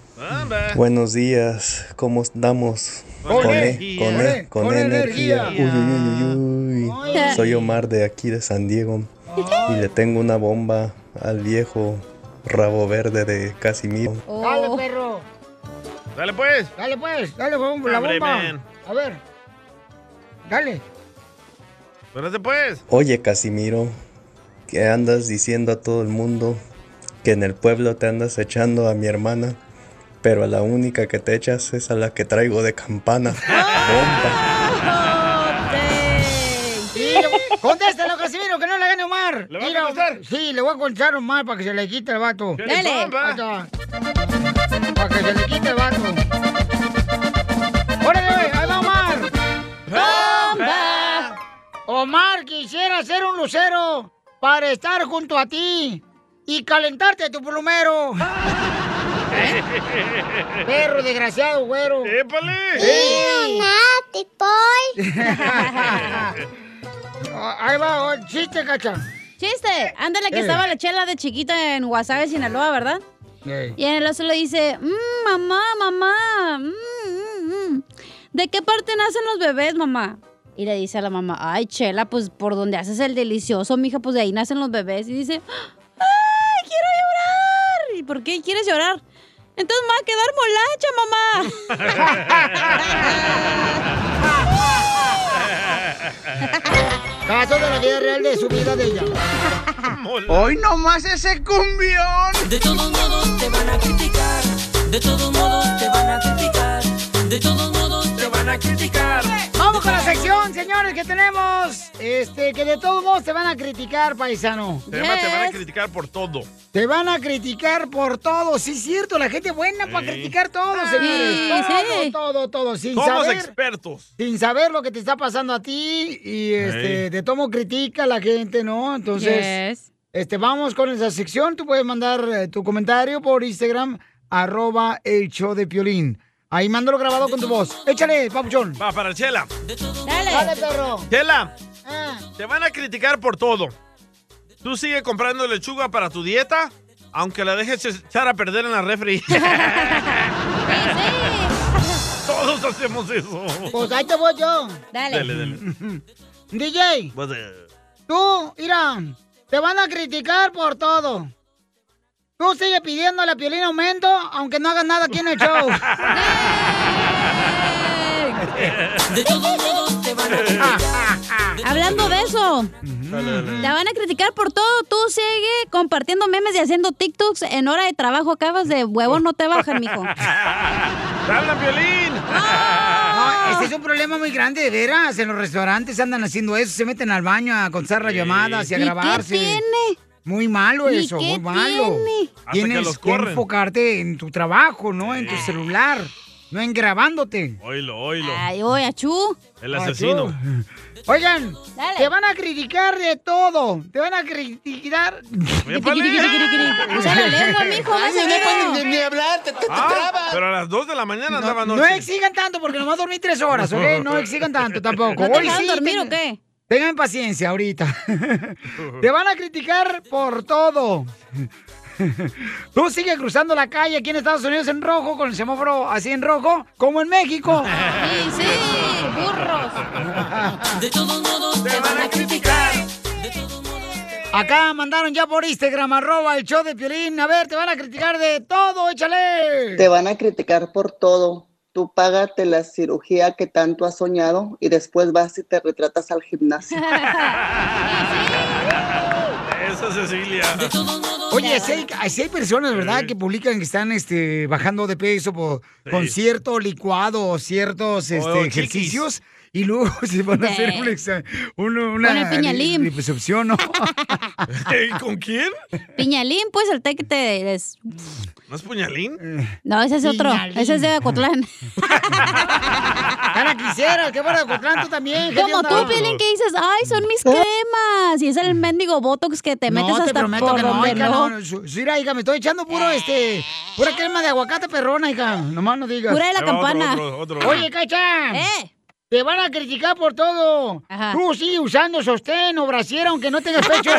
S20: Buenos días, ¿cómo estamos?
S2: Con
S20: E,
S2: energía.
S20: con E,
S2: Con
S20: con E
S2: energía.
S20: energía. Uy, uy, uy, uy, uy.
S2: Ay.
S20: Soy Omar de aquí de San Diego y le tengo una bomba al viejo rabo verde de Casimiro.
S9: Oh.
S2: Dale, perro.
S3: Dale, pues.
S2: Dale, pues. Dale, bom- la
S3: Hombre,
S2: bomba.
S3: man.
S2: A ver. Dale.
S3: Espérate, pues.
S20: Oye, Casimiro, que andas diciendo a todo el mundo que en el pueblo te andas echando a mi hermana, pero a la única que te echas es a la que traigo de campana.
S2: Sí, le- Contéstalo, Casimiro, que no le gane Omar. ¿Le voy a contestar? Sí, le voy a contestar a Omar para que se le quite el vato.
S16: le Dale.
S2: Ahí está. Para que se le quite el vato. ¡Órale, ahí va
S16: (laughs)
S2: Omar!
S16: ¡Bomba!
S2: Omar, quisiera ser un lucero para estar junto a ti y calentarte tu
S3: (laughs)
S2: plumero. Perro
S16: (laughs)
S2: desgraciado, (laughs) güero.
S3: ¡Épale!
S2: (laughs) Ahí va, oh, chiste, cacha.
S9: Chiste. Ándale, que
S2: Eh.
S9: estaba la chela de chiquita en Guasave, Sinaloa, ¿verdad? Y en el oso le dice, "Mm, mamá, mamá, mm, mm, mm, ¿de qué parte nacen los bebés, mamá? Y le dice a la mamá, ay, Chela, pues por donde haces el delicioso, mija, pues de ahí nacen los bebés. Y dice, ay, quiero llorar. ¿Y por qué quieres llorar? Entonces me va a quedar molacha, mamá.
S16: (laughs)
S2: Caso de la vida real de su vida de ella.
S16: Hoy nomás ese cumbión. De todos modos te van a criticar. De todos modos te van a criticar. De todos modos te van a criticar.
S2: Vamos con la sección, señores, que tenemos. Este, que de todos modos te van a criticar, paisano.
S3: Además, te van a criticar por todo.
S2: Te van a criticar por todo, sí es cierto, la gente buena para
S3: Sí. Ah,
S2: criticar todo, señores. todo, todo, todo, sin
S3: Somos
S2: saber.
S3: expertos.
S2: Sin saber lo que te está pasando a ti y este,
S3: Ey.
S2: de tomo critica a la gente, ¿no? Entonces, este, vamos con esa sección. Tú puedes mandar eh, tu comentario por Instagram, arroba el show de Piolín. Ahí mándalo grabado con tu voz. Échale, papuchón.
S3: Va para Chela.
S2: Dale. Dale, perro.
S3: Chela,
S2: Ah.
S3: te van a criticar por todo. Tú sigue comprando lechuga para tu dieta, aunque la dejes echar a perder en la
S2: (laughs)
S3: refri. (laughs) Todos hacemos eso.
S2: Pues ahí te voy yo. (laughs)
S3: Dale, dale.
S2: DJ,
S3: Pues, eh,
S2: tú, mira, te van a criticar por todo. Tú sigue pidiéndole a Piolín aumento, aunque no hagas nada aquí en el
S9: (laughs)
S2: show.
S16: De todos modos te van a
S9: (laughs) Hablando de eso, la van a criticar por todo. Tú sigue compartiendo memes y haciendo TikToks en hora de trabajo. Acabas de huevón, no te bajan,
S2: (laughs)
S9: mijo.
S3: ¡Te hablan violín!
S2: No, este es un problema muy grande, de veras. En los restaurantes andan haciendo eso, se meten al baño a contestar las llamadas y a
S9: ¿Y qué
S2: grabarse.
S9: tiene?
S2: Muy malo
S9: ¿Y
S2: eso,
S9: qué
S2: muy malo.
S9: tiene?
S3: Hasta que
S2: Tienes
S3: los
S2: que
S3: corren.
S2: enfocarte en tu trabajo, ¿no? En tu celular, no en grabándote.
S3: Oilo, oilo.
S9: Ay, voy a Chu.
S3: El asesino.
S2: Oigan, te van a criticar de todo. Te van a criticar.
S16: Usa la lengua, mijo,
S2: Ay,
S16: vas a
S2: no
S16: ver.
S2: puedes Ah. ni- ni hablar, te- te- te trabas.
S3: Pero a las 2 de la mañana
S2: Ah, No,
S3: andaba
S2: no
S3: noche.
S2: exijan tanto porque nomás dormí tres horas, ¿ok? No exijan tanto tampoco.
S3: ¿No te dejaron dormir
S2: ten-
S3: o
S9: qué?
S2: Tengan paciencia ahorita. (laughs) Te van a criticar por todo. Tú sigues cruzando la calle aquí en Estados Unidos en rojo, con el semáforo así en rojo, como en México.
S9: Sí, sí, burros.
S16: De todos modos te van a
S9: (laughs)
S16: criticar.
S2: Acá mandaron ya por Instagram, arroba el show de Piolín. A ver, te van a criticar de todo, échale.
S21: Te van a criticar por todo. Tú págate la cirugía que tanto has soñado y después vas y te retratas al gimnasio.
S3: Esa Cecilia.
S2: (laughs)
S3: (laughs)
S2: Oye, si hay, sí hay personas, ¿verdad?, que publican que están este, bajando de peso por, con cierto licuado o ciertos este,
S3: chiquis.
S2: ejercicios.
S22: y
S2: (laughs)
S22: luego se van a hacer
S9: Sí.
S22: un exa- un-
S9: Con
S22: una
S9: el piñalín.
S22: liposucción, ¿no?
S3: ¿Con quién?
S9: Piñalín, pues el té que te des.
S3: ¿No es puñalín?
S9: No, ese es otro.
S3: Piñalín.
S9: Ese es de Acuatlán.
S2: (laughs) Cara quisiera, qué para Acuatlán tú también. ¿qué
S9: Como
S2: onda? ¿Eh?
S9: tú, Piolín, que dices, ay, son mis cremas. Y es el mendigo botox que te metes
S2: no,
S9: hasta
S2: te prometo
S9: por
S2: que no,
S9: donde
S2: hija,
S9: no.
S2: no. no, su- su- Mira, hija, me estoy echando puro, este, pura crema de aguacate perrona, hija. Nomás no digas.
S9: Pura de la Ahí va otro, campana. otro, otro.
S2: Oye, Cacha.
S9: ¿Eh?
S2: Te van a criticar por todo. Tú sigue usando sostén o brasier, aunque no
S9: (laughs)
S2: tengas pecho.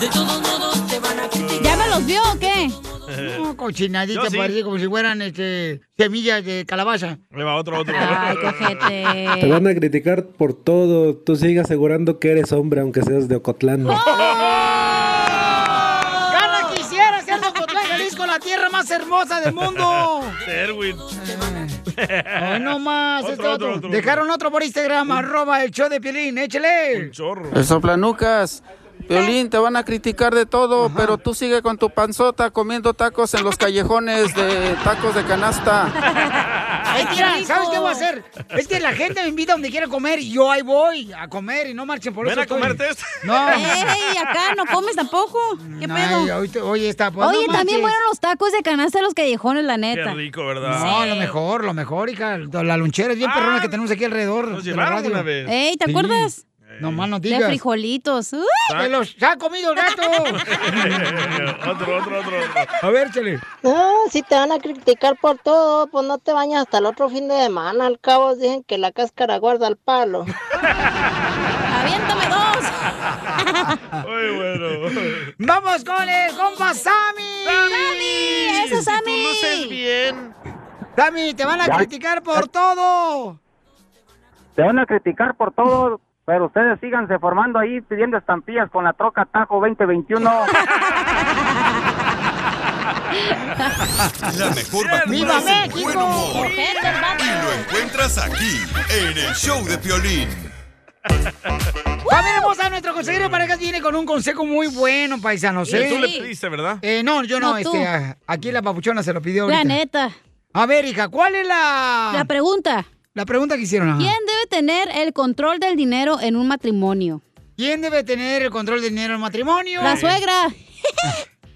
S16: De todos modos te van a criticar.
S2: ¿Ya me los vio o qué? No,
S16: Yo
S2: cochinadita,
S16: sí.
S2: parece como si fueran, este, semillas de calabaza.
S3: Le va otro, otro.
S2: Ay, Eh,
S23: Te van a criticar por todo. Tú sigues asegurando que eres hombre, aunque seas de Ocotlán.
S2: ¡Oh!
S9: ¡Oh!
S2: ¡Carla quisiera ser Ocotlán, Jalisco, la tierra más hermosa del mundo!
S3: (laughs) Erwin.
S2: Ay, no más,
S3: Otro,
S2: este vato.
S3: otro, otro.
S2: Dejaron otro por Instagram, arroba el show de Piolín, échale.
S24: El soplanucas. Violín, te van a criticar de todo, pero tú sigue con tu panzota comiendo tacos en los callejones de tacos de canasta.
S2: Ay, mira, ¿sabes qué voy a hacer? Es que la gente me invita a donde quiera comer y yo ahí voy a comer y no marchen por
S3: Ven
S2: eso.
S3: a
S2: estoy-
S3: comerte esto.
S2: No.
S9: (laughs) Ey, acá no comes tampoco. ¿Qué
S2: No,
S9: pedo?
S2: ay, ahorita- oye, está. pues,
S9: Oye,
S2: no
S9: también
S2: marches.
S9: fueron los tacos de canasta de los callejones, la neta.
S3: Qué rico, ¿verdad? Ah.
S2: No, lo mejor, lo mejor, hija. La lonchera es bien perrona que tenemos aquí alrededor. Nos
S3: llevaron una vez.
S9: Ey, ¿te acuerdas?
S2: No más no
S9: De
S2: digas.
S9: frijolitos. ¡Uy!
S3: Ah.
S2: ¡Que los ha comido
S9: (laughs)
S2: el gato!
S3: (laughs) otro, otro, otro, otro.
S2: A ver, chale.
S13: No, si Ah, te van a criticar por todo, pues no te bañas hasta el otro fin de semana. Al cabo dicen que la cáscara guarda el palo.
S9: ¡Aviéntame dos!
S3: (laughs) Muy bueno.
S2: ¡Vamos con el compa Sammy! ¡Sammy!
S16: ¡Eso, Si tú Sammy!
S2: luces bien! Sammy, te van a
S25: Ya.
S2: criticar por todo.
S25: Te van a criticar por todo, pero ustedes síganse formando ahí pidiendo estampillas con la troca Tajo 2021.
S5: La mejor
S25: ¡Viva
S5: vacuna es el
S25: México!
S5: buen humor.
S25: Ojete, el vato.
S5: Y lo encuentras aquí, en el show de Piolín.
S2: También hermosa, nuestro consejero de parejas viene con un consejo muy bueno, paisanos. ¿eh?
S3: Tú le pediste, ¿verdad?
S2: Eh, no, yo no,
S9: No, tú.
S2: este, a- aquí la papuchona se lo pidió
S9: La
S2: ahorita.
S9: neta.
S2: A ver, hija, ¿cuál es la...
S9: La pregunta.
S2: La pregunta que hicieron, ajá.
S9: ¿Quién debe tener el control del dinero en un matrimonio?
S2: ¿Quién debe tener el control del dinero en el matrimonio?
S9: La suegra.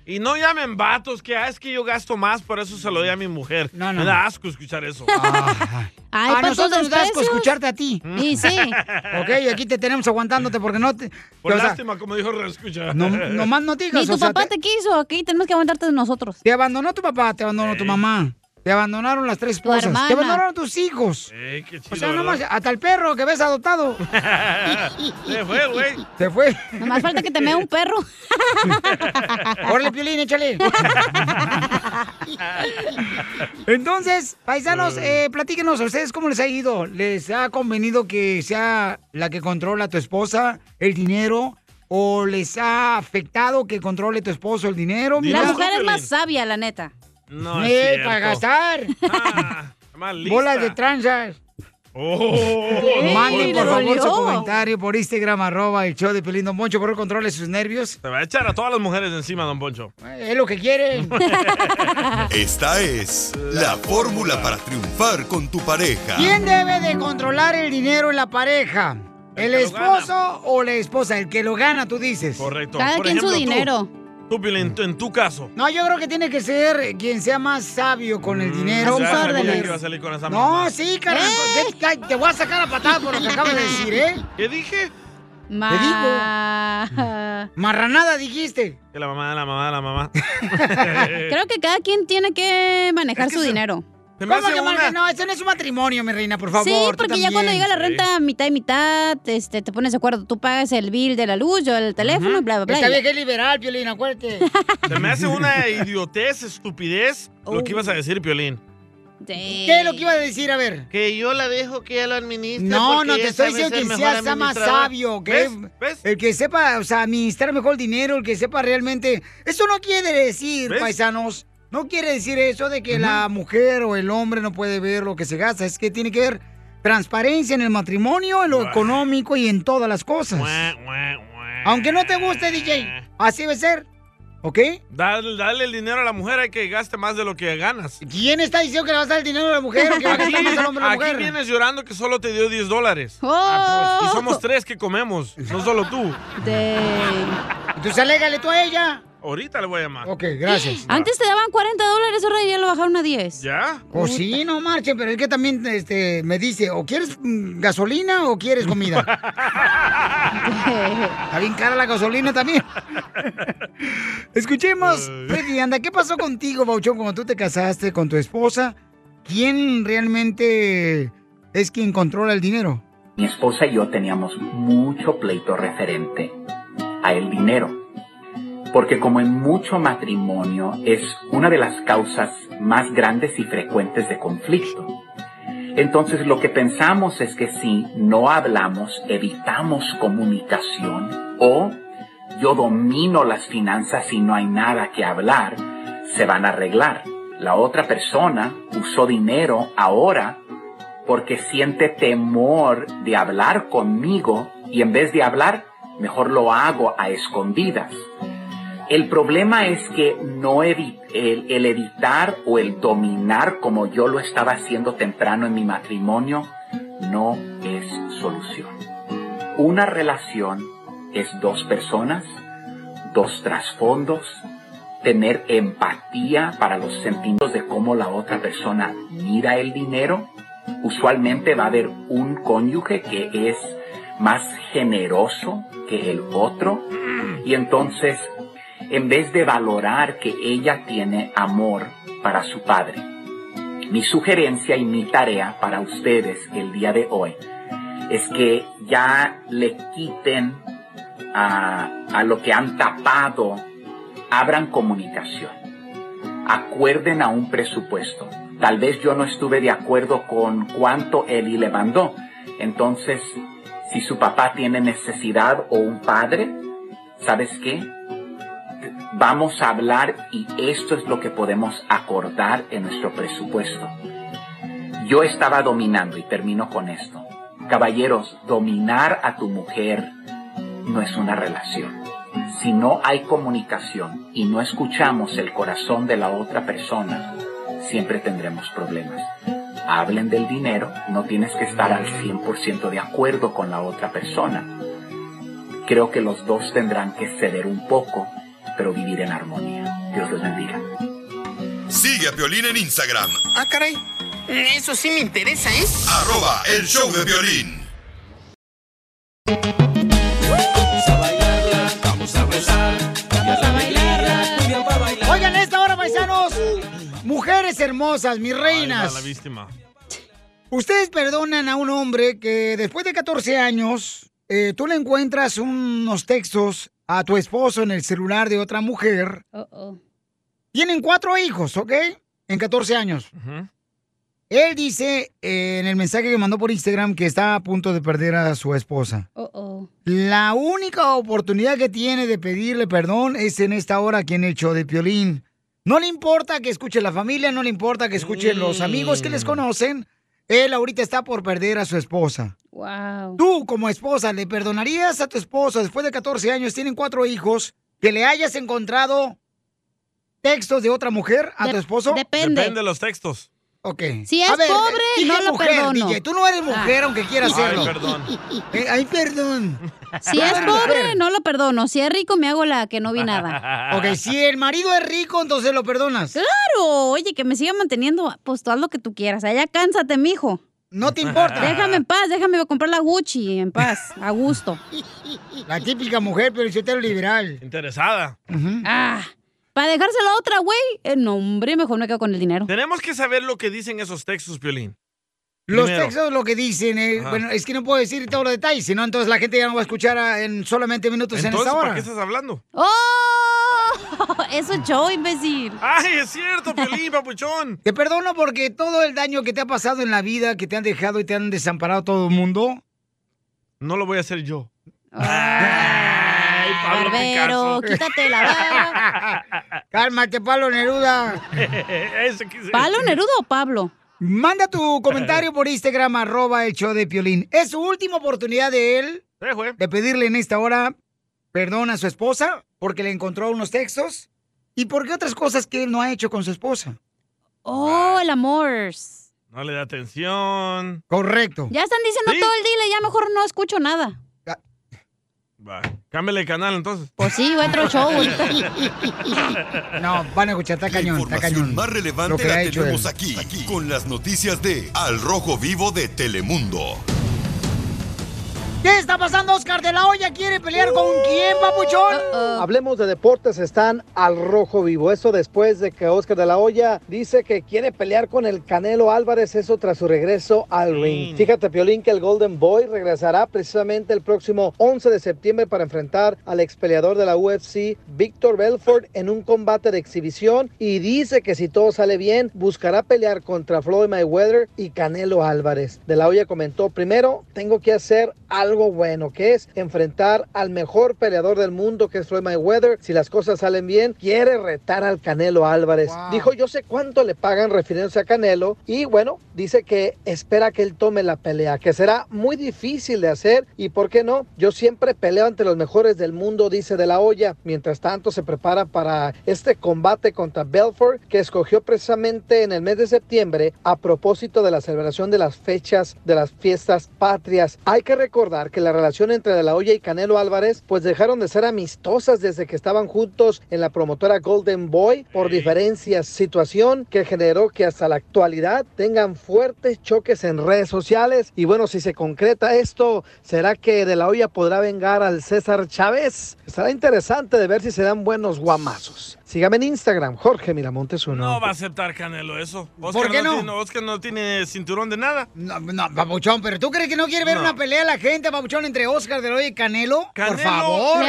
S3: Y no llamen vatos, que ah, es que yo gasto más, por eso se lo doy a mi mujer. Me da asco escuchar eso.
S2: Ah.
S9: Ay,
S2: a
S9: para
S2: nosotros
S9: tus
S2: nos das
S9: desprecios.
S2: por escucharte a ti.
S9: Y sí.
S2: ok, y aquí te tenemos aguantándote porque no te...
S3: (laughs) Por
S2: o sea,
S3: lástima, como dijo Reescucha.
S2: no, nomás no digas.
S9: Ni tu
S2: o sea,
S9: papá te... quiso, aquí tenemos que aguantarte de nosotros.
S2: Te abandonó tu papá, te abandonó tu mamá. Te abandonaron las tres esposas.
S9: hermana.
S2: Te abandonaron tus hijos.
S3: Eh, qué chido,
S2: O sea,
S3: ¿verdad?
S2: nomás, hasta el perro que ves adoptado.
S3: Se fue, güey.
S2: Se fue.
S9: Nomás falta que te mea un perro.
S2: (laughs) Órale, Piolín, échale. Entonces, paisanos, eh, platíquenos a ustedes cómo les ha ido. ¿Les ha convenido que sea la que controla tu esposa el dinero? ¿O les ha afectado que controle tu esposo el dinero?
S9: La
S2: mija?
S9: mujer es más sabia, la neta.
S3: No,
S2: Eh,
S3: es cierto.
S2: para gastar.
S3: Más lista.
S2: Bolas de tranzas.
S3: Oh.
S2: Manden,
S3: Ey,
S2: por
S3: le
S2: favor, su
S3: dolió.
S2: comentario por Instagram, arroba el show de Pelín Don Moncho, por favor, controle sus nervios.
S3: Se va a echar a todas las mujeres encima, don Poncho.
S2: Eh, Es lo que
S3: (laughs)
S2: quieren.
S5: Esta es la fórmula para triunfar con tu pareja.
S2: ¿Quién debe de controlar el dinero en la pareja? ¿El, esposo o la esposa? El que lo gana, tú dices.
S3: Correcto.
S2: Cada
S3: Por
S2: quien su
S3: ejemplo, tú.
S2: dinero.
S3: Tú, Piolín, en tu- en tu caso.
S2: No, yo creo que tiene que ser quien sea más sabio con
S3: Mm,
S2: el dinero.
S3: Ya sabía que iba a salir con esa
S2: No,
S3: mamá.
S2: sí, carnal.
S3: Eh.
S2: Te- Te, te voy a sacar a patada por lo que acabas de decir, ¿eh?
S3: (laughs) ¿Qué dije?
S9: Ma-
S2: Te digo. Marranada dijiste.
S3: Que la mamá, la mamá, la mamá.
S9: Creo que cada quien tiene que manejar su dinero.
S3: Eh. se me
S2: ¿Cómo
S3: hace
S2: que
S3: una-
S2: marca? No, eso no es un matrimonio, mi reina, por favor.
S9: sí,
S2: tú
S9: porque ya
S2: también.
S9: cuando llega la renta mitad y mitad, este, te pones de acuerdo. Tú pagas el bill de la luz, yo el teléfono, y bla, bla, bla.
S2: Está
S9: y
S2: bien que
S9: ya.
S2: es liberal, Piolín, acuérdate.
S3: Se me
S2: (laughs)
S3: hace una idiotez, estupidez lo que ibas a decir, Piolín.
S2: ¿Qué es lo que iba a decir? A ver.
S3: Que yo la dejo que ella lo administre.
S2: No,
S3: porque
S2: no,
S3: ella
S2: te estoy
S3: sabe
S2: diciendo
S3: ser
S2: que
S3: mejor
S2: sea, sea más
S3: administradora.
S2: sabio, ¿ok?
S3: ¿Ves?
S2: El que sepa, o sea, administrar mejor el dinero, el que sepa realmente. Eso no quiere decir,
S3: ¿Ves?
S2: paisanos, no quiere decir eso de que la mujer o el hombre no puede ver lo que se gasta. Es que tiene que ver transparencia en el matrimonio, en lo económico y en todas las cosas. Aunque no te guste, DJ, así debe ser. ¿Ok?
S3: Dale, dale el dinero a la mujer, hay que gaste más de lo que ganas.
S2: ¿Quién está diciendo que le vas a dar el dinero a la mujer o que le vas a
S3: Aquí,
S2: dar el hombre a la
S3: (laughs) aquí
S2: mujer?
S3: vienes llorando que solo te dio 10 dólares.
S2: Ah, pues.
S3: Y somos tres que comemos, no solo tú.
S2: Entonces alégale tú a ella.
S3: Ahorita le voy a llamar.
S2: Ok, gracias.
S9: Antes te daban 40 dólares, ahora ya lo bajaron a 10.
S3: ¿Ya?
S2: O Pues sí, no marchen, pero es que también este, me dice, o quieres mm, gasolina o quieres comida. Está bien cara la gasolina también. Escuchemos, Freddy, anda, ¿qué pasó contigo, Bauchón, cuando tú te casaste con tu esposa? ¿Quién realmente es quien controla el dinero?
S1: Mi esposa y yo teníamos mucho pleito referente a el dinero, porque como en mucho matrimonio es una de las causas más grandes y frecuentes de conflicto. Entonces lo que pensamos es que si no hablamos, evitamos comunicación o yo domino las finanzas y no hay nada que hablar, se van a arreglar. La otra persona usó dinero ahora porque siente temor de hablar conmigo y en vez de hablar, mejor lo hago a escondidas. El problema es que no evi- el, el evitar o el dominar como yo lo estaba haciendo temprano en mi matrimonio no es solución. Una relación es dos personas, dos trasfondos, tener empatía para los sentidos de cómo la otra persona mira el dinero usualmente va a haber un cónyuge que es más generoso que el otro y entonces en vez de valorar que ella tiene amor para su padre. Mi sugerencia y mi tarea para ustedes el día de hoy es que ya le quiten a, a lo que han tapado, abran comunicación acuerden a un presupuesto. Tal vez yo no estuve de acuerdo con cuánto Eli le mandó. Entonces, si su papá tiene necesidad o un padre, ¿sabes qué? Vamos a hablar y esto es lo que podemos acordar en nuestro presupuesto. Yo estaba dominando y termino con esto. Caballeros, dominar a tu mujer no es una relación. Si no hay comunicación y no escuchamos el corazón de la otra persona, siempre tendremos problemas. Hablen del dinero, no tienes que estar al 100% de acuerdo con la otra persona. Creo que los dos tendrán que ceder un poco, pero vivir en armonía. Dios los bendiga.
S5: Sigue a Violín en Instagram,
S16: Ah, caray. Eso sí me interesa, ¿eh?
S5: arroba el show de violín.
S16: Vamos a bailar. Vamos a bailar.
S2: Oigan, a esta hora, paisanos, mujeres hermosas, mis
S3: A
S2: reinas.
S3: la víctima.
S2: Ustedes perdonan a un hombre que después de 14 años, eh, tú le encuentras unos textos a tu esposo en el celular de otra mujer.
S9: Oh,
S2: Tienen cuatro hijos, ¿ok? En 14 años. Él dice eh, en el mensaje que mandó por Instagram que está a punto de perder a su esposa.
S9: Oh, oh.
S2: La única oportunidad que tiene de pedirle perdón es en esta hora aquí en el show de Piolín. No le importa que escuche la familia, no le importa que escuchen los amigos que les conocen. Él ahorita está por perder a su esposa.
S9: Wow.
S2: Tú, como esposa, ¿le perdonarías a tu esposo después de 14 años, tienen cuatro hijos, que le hayas encontrado textos de otra mujer a tu esposo?
S3: Depende de los textos.
S2: Ok.
S9: Si es
S2: A ver,
S9: pobre,
S2: dije
S9: no lo
S2: mujer,
S9: perdono.
S2: DJ, tú no eres mujer,
S9: Ah.
S2: aunque quieras serlo.
S3: Ay, perdón.
S2: Eh, ay, perdón.
S9: Si es pobre, no lo perdono. Si es rico, me hago la que no vi nada.
S2: (laughs) Ok, si el marido es rico, entonces lo perdonas.
S9: Claro, oye, que me siga manteniendo, pues tú haz lo que tú quieras. Allá cánsate, mijo.
S2: No te importa.
S9: Déjame en paz, déjame comprar la Gucci en paz, a gusto.
S2: (laughs) La típica mujer, pero yo te liberal.
S3: Interesada.
S9: Ah, para dejárselo a otra, güey. Eh, no, hombre, mejor me quedo con el dinero.
S3: Tenemos que saber lo que dicen esos textos, Piolín.
S2: Los
S3: Primero.
S2: textos lo que dicen, eh,
S3: Ajá.
S2: bueno, es que no puedo decir todos los detalles, sino entonces la gente ya no va a escuchar a- en solamente minutos Pues en
S3: Entonces,
S2: esta hora.
S3: ¿para qué
S9: (laughs)
S3: estás hablando?
S9: ¡Oh! Eso es yo, imbécil.
S3: ¡Ay, es cierto,
S9: (laughs)
S3: Piolín, papuchón!
S2: Te perdono porque todo el daño que te ha pasado en la vida, que te han dejado y te han desamparado todo el mundo.
S3: No lo voy a hacer yo.
S9: Barbero, quítate (laughs) la
S3: (laughs)
S9: barba.
S2: Cálmate, Pablo Neruda.
S3: Eso quise
S9: ¿Palo
S3: decir.
S9: Nerudo o (laughs) Pablo?
S2: Manda tu comentario por Instagram, arroba el show de Piolín. Es su última oportunidad de él de pedirle en esta hora perdón a su esposa porque le encontró unos textos ¿Y por qué otras cosas que él no ha hecho con su esposa?
S9: Oh, el amor.
S3: No le da atención.
S2: Correcto.
S9: Ya están diciendo todo el dile, ya mejor no escucho nada.
S3: Va. Cámbiale el canal entonces.
S9: Pues sí, otro
S3: (laughs)
S9: show.
S2: (laughs) No, van a escuchar, está cañón, está cañón.
S5: más relevante
S2: Lo que
S5: la
S2: ha hecho
S5: tenemos
S2: él.
S5: aquí, aquí, con las noticias de Al Rojo Vivo de Telemundo.
S2: (laughs) ¿Qué está pasando, Oscar de la Hoya? ¿Quiere pelear con quién, papuchón?
S6: Hablemos de deportes, están al rojo vivo. Eso después de que Oscar de la Hoya dice que quiere pelear con el Canelo Álvarez, eso tras su regreso al ring. Fíjate, Piolín, que el Golden Boy regresará precisamente el próximo 11 de septiembre para enfrentar al ex peleador de la UFC, Víctor Belfort, en un combate de exhibición y dice que si todo sale bien, buscará pelear contra Floyd Mayweather y Canelo Álvarez. De la Hoya comentó, primero, tengo que hacer algo bueno, que es enfrentar al mejor peleador del mundo, que es Floyd Mayweather. Si las cosas salen bien, quiere retar al Canelo Álvarez.
S2: Wow.
S6: Dijo, yo sé cuánto le pagan refiriéndose a Canelo y bueno, dice que espera que él tome la pelea, que será muy difícil de hacer y por qué no, yo siempre peleo ante los mejores del mundo, dice de la olla. Mientras tanto se prepara para este combate contra Belfort que escogió precisamente en el mes de septiembre a propósito de la celebración de las fechas de las fiestas patrias. Hay que recordar que la relación entre de la olla y Canelo Álvarez pues dejaron de ser amistosas desde que estaban juntos en la promotora Golden Boy por diferencias, situación que generó que hasta la actualidad tengan fuertes choques en redes sociales. Y bueno, si se concreta esto, ¿será que De La Hoya podrá vengar al César Chávez? Estará interesante de ver si se dan buenos guamazos. Sígame en Instagram, Jorge Miramontes uno.
S3: No va a aceptar Canelo eso. Oscar
S6: ¿Por qué no?
S3: Tiene, Oscar no tiene cinturón de nada.
S2: No, no, papuchón, pero ¿tú crees que no quiere ver
S3: No.
S2: una pelea de la gente, papuchón, entre Oscar de la Hoya y Canelo? Por favor.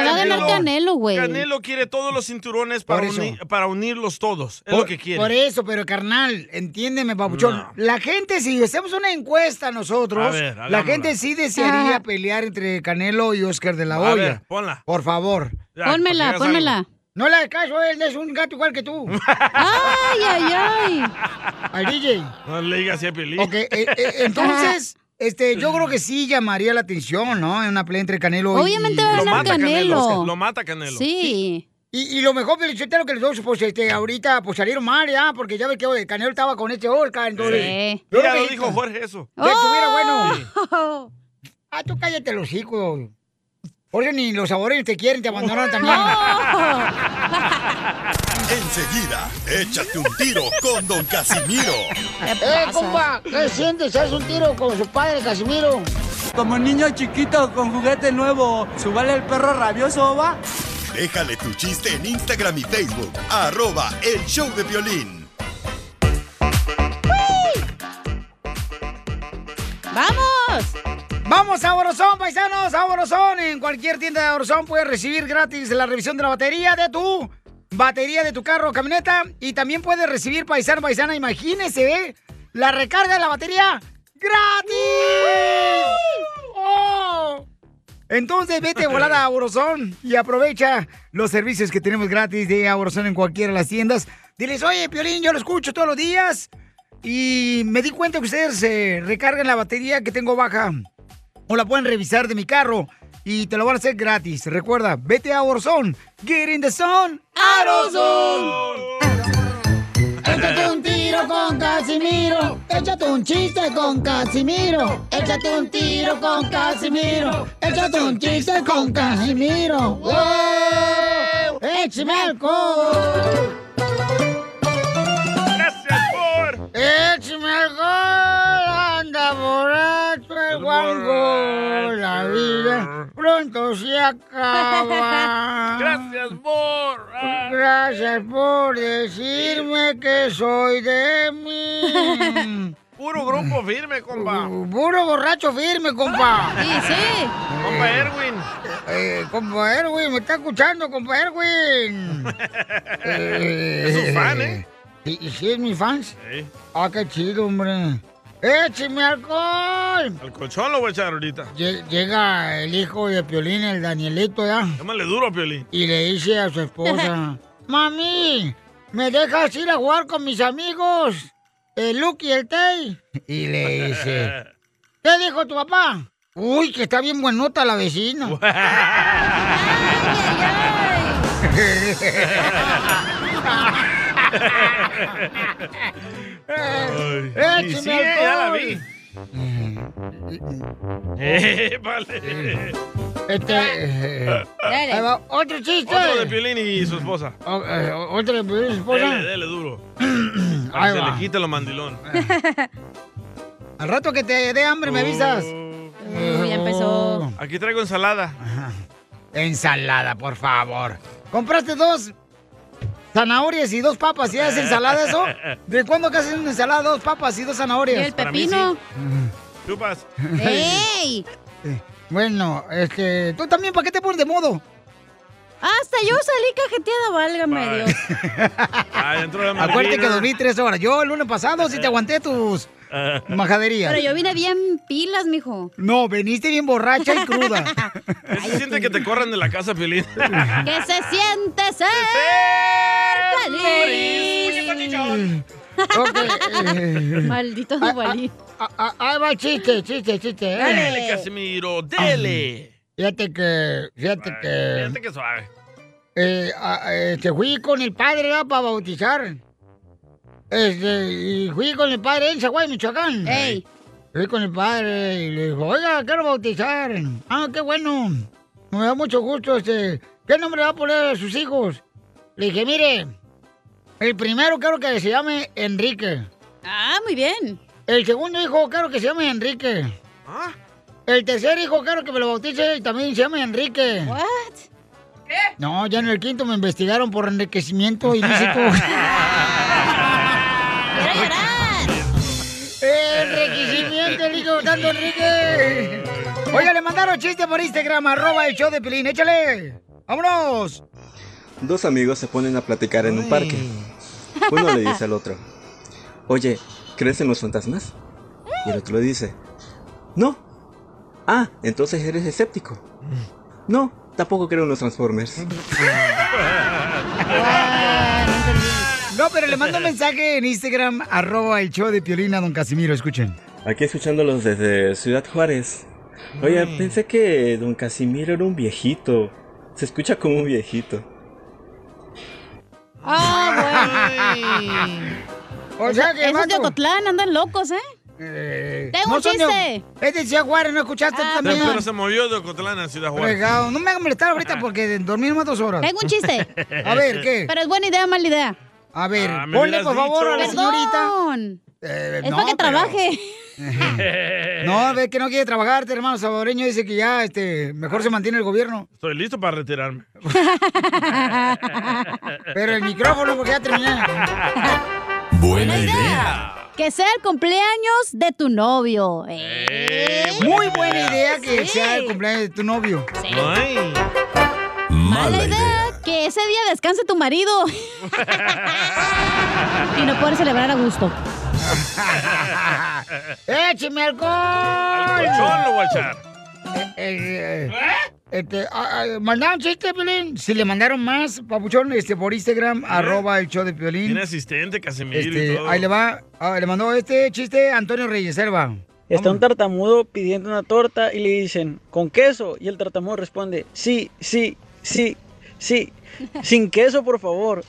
S3: Canelo quiere todos los cinturones para,
S2: eso.
S3: uni- para unirlos todos. Es lo que quiere.
S2: Por e- eso, pero carnal, entiéndeme, papuchón.
S3: No.
S2: La gente, si hacemos una encuesta nosotros,
S3: A ver,
S2: la
S3: hagámosla.
S2: gente sí
S3: Ah.
S2: desearía pelear entre Canelo y Oscar de la
S3: A
S2: Hoya.
S3: ver, ponla.
S2: Por favor.
S3: Ya, Pónmela, para que hagas pónmela. pues, algo.
S2: No le hagas caso, él es un gato igual que
S3: (laughs)
S2: tú. ¡Ay, ay, ay! Al DJ.
S3: No le digas así a Piolín.
S2: Ok, eh, eh, entonces, este, yo creo que sí llamaría la atención, ¿no? En una pelea entre Canelo y-
S9: Obviamente
S2: y...
S9: va a Lo ganar mata Canelo. Canelo.
S3: Lo mata Canelo.
S2: Sí. Y, y lo mejor, Felicitero, que los dos, pues, este, ahorita, pues, salieron mal, ya, porque ya ves que el Canelo estaba con este Orca, entonces...
S3: Sí.
S2: yo creo
S3: Mira,
S2: que
S3: lo
S2: sí,
S3: dijo Jorge eso. Oh.
S2: Que estuviera bueno. ¡Oh! (laughs) Ah, tú cállate los hijos. Jorge, ni los sabores te quieren, te (laughs) abandonaron también. (laughs)
S5: Enseguida, échate un tiro con Don Casimiro.
S2: ¡Eh, compa! ¿Qué sientes? ¿Haz un tiro con su padre, Casimiro?
S16: Como niño chiquito con juguete nuevo, subale el perro rabioso, va.
S5: Déjale tu chiste en Instagram y Facebook, arroba el show de violín.
S2: ¡Vamos! ¡Vamos a Orozón, paisanos! ¡A Orozón! En cualquier tienda de Orozón puedes recibir gratis la revisión de la batería de tu batería de tu carro o camioneta. Y también puedes recibir, paisano, paisana, imagínense, ¿eh? La recarga de la batería gratis. ¡Oh! Entonces vete volada a Orozón y aprovecha los servicios que tenemos gratis de Orozón en cualquiera de las tiendas. Diles, oye, Piolín, yo lo escucho todos los días y me di cuenta que ustedes eh, recargan la batería que tengo baja o la pueden revisar de mi carro y te lo van a hacer gratis. Recuerda, vete a Orozón. Get in the zone. Orozón.
S16: Échate
S2: un tiro con Casimiro. Échate un chiste con Casimiro. Échate un tiro con Casimiro. Échate un chiste con Casimiro. ¡Wow! ¡Échame alcohol!
S3: ¡Gracias por!
S2: ¡Échame alcohol! Anda borracho el guango. La vida pronto se
S3: (laughs)
S2: acaba.
S16: Gracias por.
S2: Gracias por decirme que soy de mí.
S3: Puro grupo firme, compa.
S2: Puro borracho firme, compa.
S3: Sí, sí. Compa Erwin.
S2: Eh, eh, compa Erwin, me está escuchando, compa
S3: (laughs)
S2: Erwin.
S16: Es un fan, ¿eh?
S2: ¿Y, y sí es mi fans? Ah, qué chido, hombre. ¡Écheme alcohol!
S3: Al colchón lo voy a echar ahorita.
S2: Lle- Llega el hijo de Piolín, el Danielito, ¿ya?
S3: Llámale duro a Piolín.
S2: Y le dice a
S9: (laughs)
S2: su
S3: (laughs)
S2: esposa, Mami, ¿me dejas ir a jugar con mis amigos? El Luke y el Tay. Y
S9: (laughs)
S2: le dice, ¿qué dijo tu papá? Uy, que está bien buenota la
S9: (laughs)
S2: vecina. (laughs)
S3: Ay, y sí, ya la vi. (laughs) Eh, vale.
S2: Este. eh,
S3: Dale.
S2: ahí va,
S3: (laughs)
S2: Otro chiste.
S3: Otro de Piolín y su esposa.
S2: O- eh, otro de Piolín y su esposa.
S3: Dele, dele
S2: (clears throat)
S3: duro. Para
S2: Ahí
S3: que se
S2: va.
S3: le quite lo mandilón.
S2: Al rato que te dé hambre, me avisas. Oh. ya empezó.
S3: Aquí traigo ensalada.
S2: Ensalada, por favor. Compraste dos zanahorias y dos papas y haces ensalada eso. ¿De cuándo que haces una ensalada, dos papas y dos zanahorias?
S9: ¿Y el Para mí pepino?
S2: (laughs)
S3: Chupas.
S9: ¡Ey!
S2: Bueno, este, tú también, ¿para qué te pones de modo?
S9: Hasta yo salí cajeteada, válgame Dios.
S3: Ay, Ah, entró la
S2: (laughs) Acuérdate que
S3: Martina. Eh.
S2: dormí tres horas. Yo el lunes pasado sí te aguanté
S3: (laughs)
S2: tus majaderías.
S9: Pero yo vine bien pilas, mijo.
S2: No, veniste bien borracha y cruda. (laughs)
S3: Se siente que te corran de la casa, Piolín.
S9: Que se siente ser feliz.
S2: Maldito Duvalín. ah, Ahí va el chiste, chiste, chiste. ¿eh?
S3: Dele, Casimiro, dele.
S2: Fíjate que, fíjate que,
S3: Este, Fíjate que suave.
S2: eh, a- a- este, fui con el padre ¿verdad? para bautizar. Este, y fui con el padre en Zaguay, Michoacán. Fui con el padre y le dijo, oiga, quiero bautizar. Ah, qué bueno. Me da mucho gusto, este. ¿Qué nombre va a poner a sus hijos? Le dije, mire, el primero quiero que se llame Enrique. Ah, muy bien. El segundo hijo quiero que se llame Enrique.
S3: ¿Ah?
S2: El tercer hijo quiero que me lo bautice y también se llame Enrique. ¿Qué? No, ya en el quinto me investigaron por enriquecimiento
S16: (laughs)
S2: ilícito.
S3: (laughs)
S2: ¡Enriquecimiento ilícito, tanto Enrique! Oiga, le mandaron chiste por Instagram, arroba el show de Pilín, échale. ¡Vámonos!
S20: Dos amigos se ponen a platicar en un parque. Uno le dice al otro, oye, ¿crees en los fantasmas? Y el otro le dice, no. Ah, entonces eres escéptico. No, tampoco creo en los Transformers.
S2: No, pero le mando un mensaje en Instagram, arroba el show de Piolín a don Casimiro, escuchen.
S20: Aquí escuchándolos desde Ciudad Juárez. Oye, pensé que don Casimiro era un viejito. Se escucha como un viejito.
S9: Ah,
S2: O sea que,
S9: Esos de
S2: vato.
S9: Ocotlán andan locos, ¿eh? Tengo
S2: no
S9: un
S2: son de-
S9: chiste.
S2: Es de Ciudad Juárez, ¿no escuchaste
S9: Ah.
S2: tú también?
S3: Pero se movió de Ocotlán a Ciudad Juárez.
S2: Fregado, No me hagan molestar ahorita porque dormimos dos horas.
S9: Tengo un chiste.
S2: A ver, ¿qué?
S9: Pero es buena idea, mala idea.
S2: A ver,
S3: Ah, me
S2: ponle
S3: hubieras
S2: por favor a la
S9: Perdón.
S2: señorita. Eh,
S9: Es
S2: no,
S9: para que
S2: pero-
S9: trabaje.
S3: (laughs)
S2: No, ve que no quiere trabajarte, hermano salvadoreño. Dice que ya, este, mejor se mantiene el gobierno.
S3: Estoy listo para retirarme.
S2: Pero el micrófono, porque ya
S9: (laughs)
S2: terminé.
S9: Buena idea. Que sea el cumpleaños de tu novio. Eh,
S2: Muy buena idea que
S9: Sí.
S2: sea el cumpleaños de tu novio.
S9: Mala idea. Que ese día descanse tu marido. y no poder celebrar a gusto.
S2: ¡Écheme alcohol!
S3: Al colchón lo voy a echar.
S2: Eh, Este, ah, ah, ¿Mandaron chiste, Piolín? Si le mandaron más, papuchón, este, por Instagram, arroba el show de Piolín.
S3: Tiene asistente, Casimiro y
S2: Este,
S3: todo.
S2: ahí le va, ah, le mandó este chiste Antonio Reyes, él va.
S4: Está un tartamudo pidiendo una torta y le dicen, ¿con queso? Y el tartamudo responde, sí, sí, sí, sí, sin queso, por favor.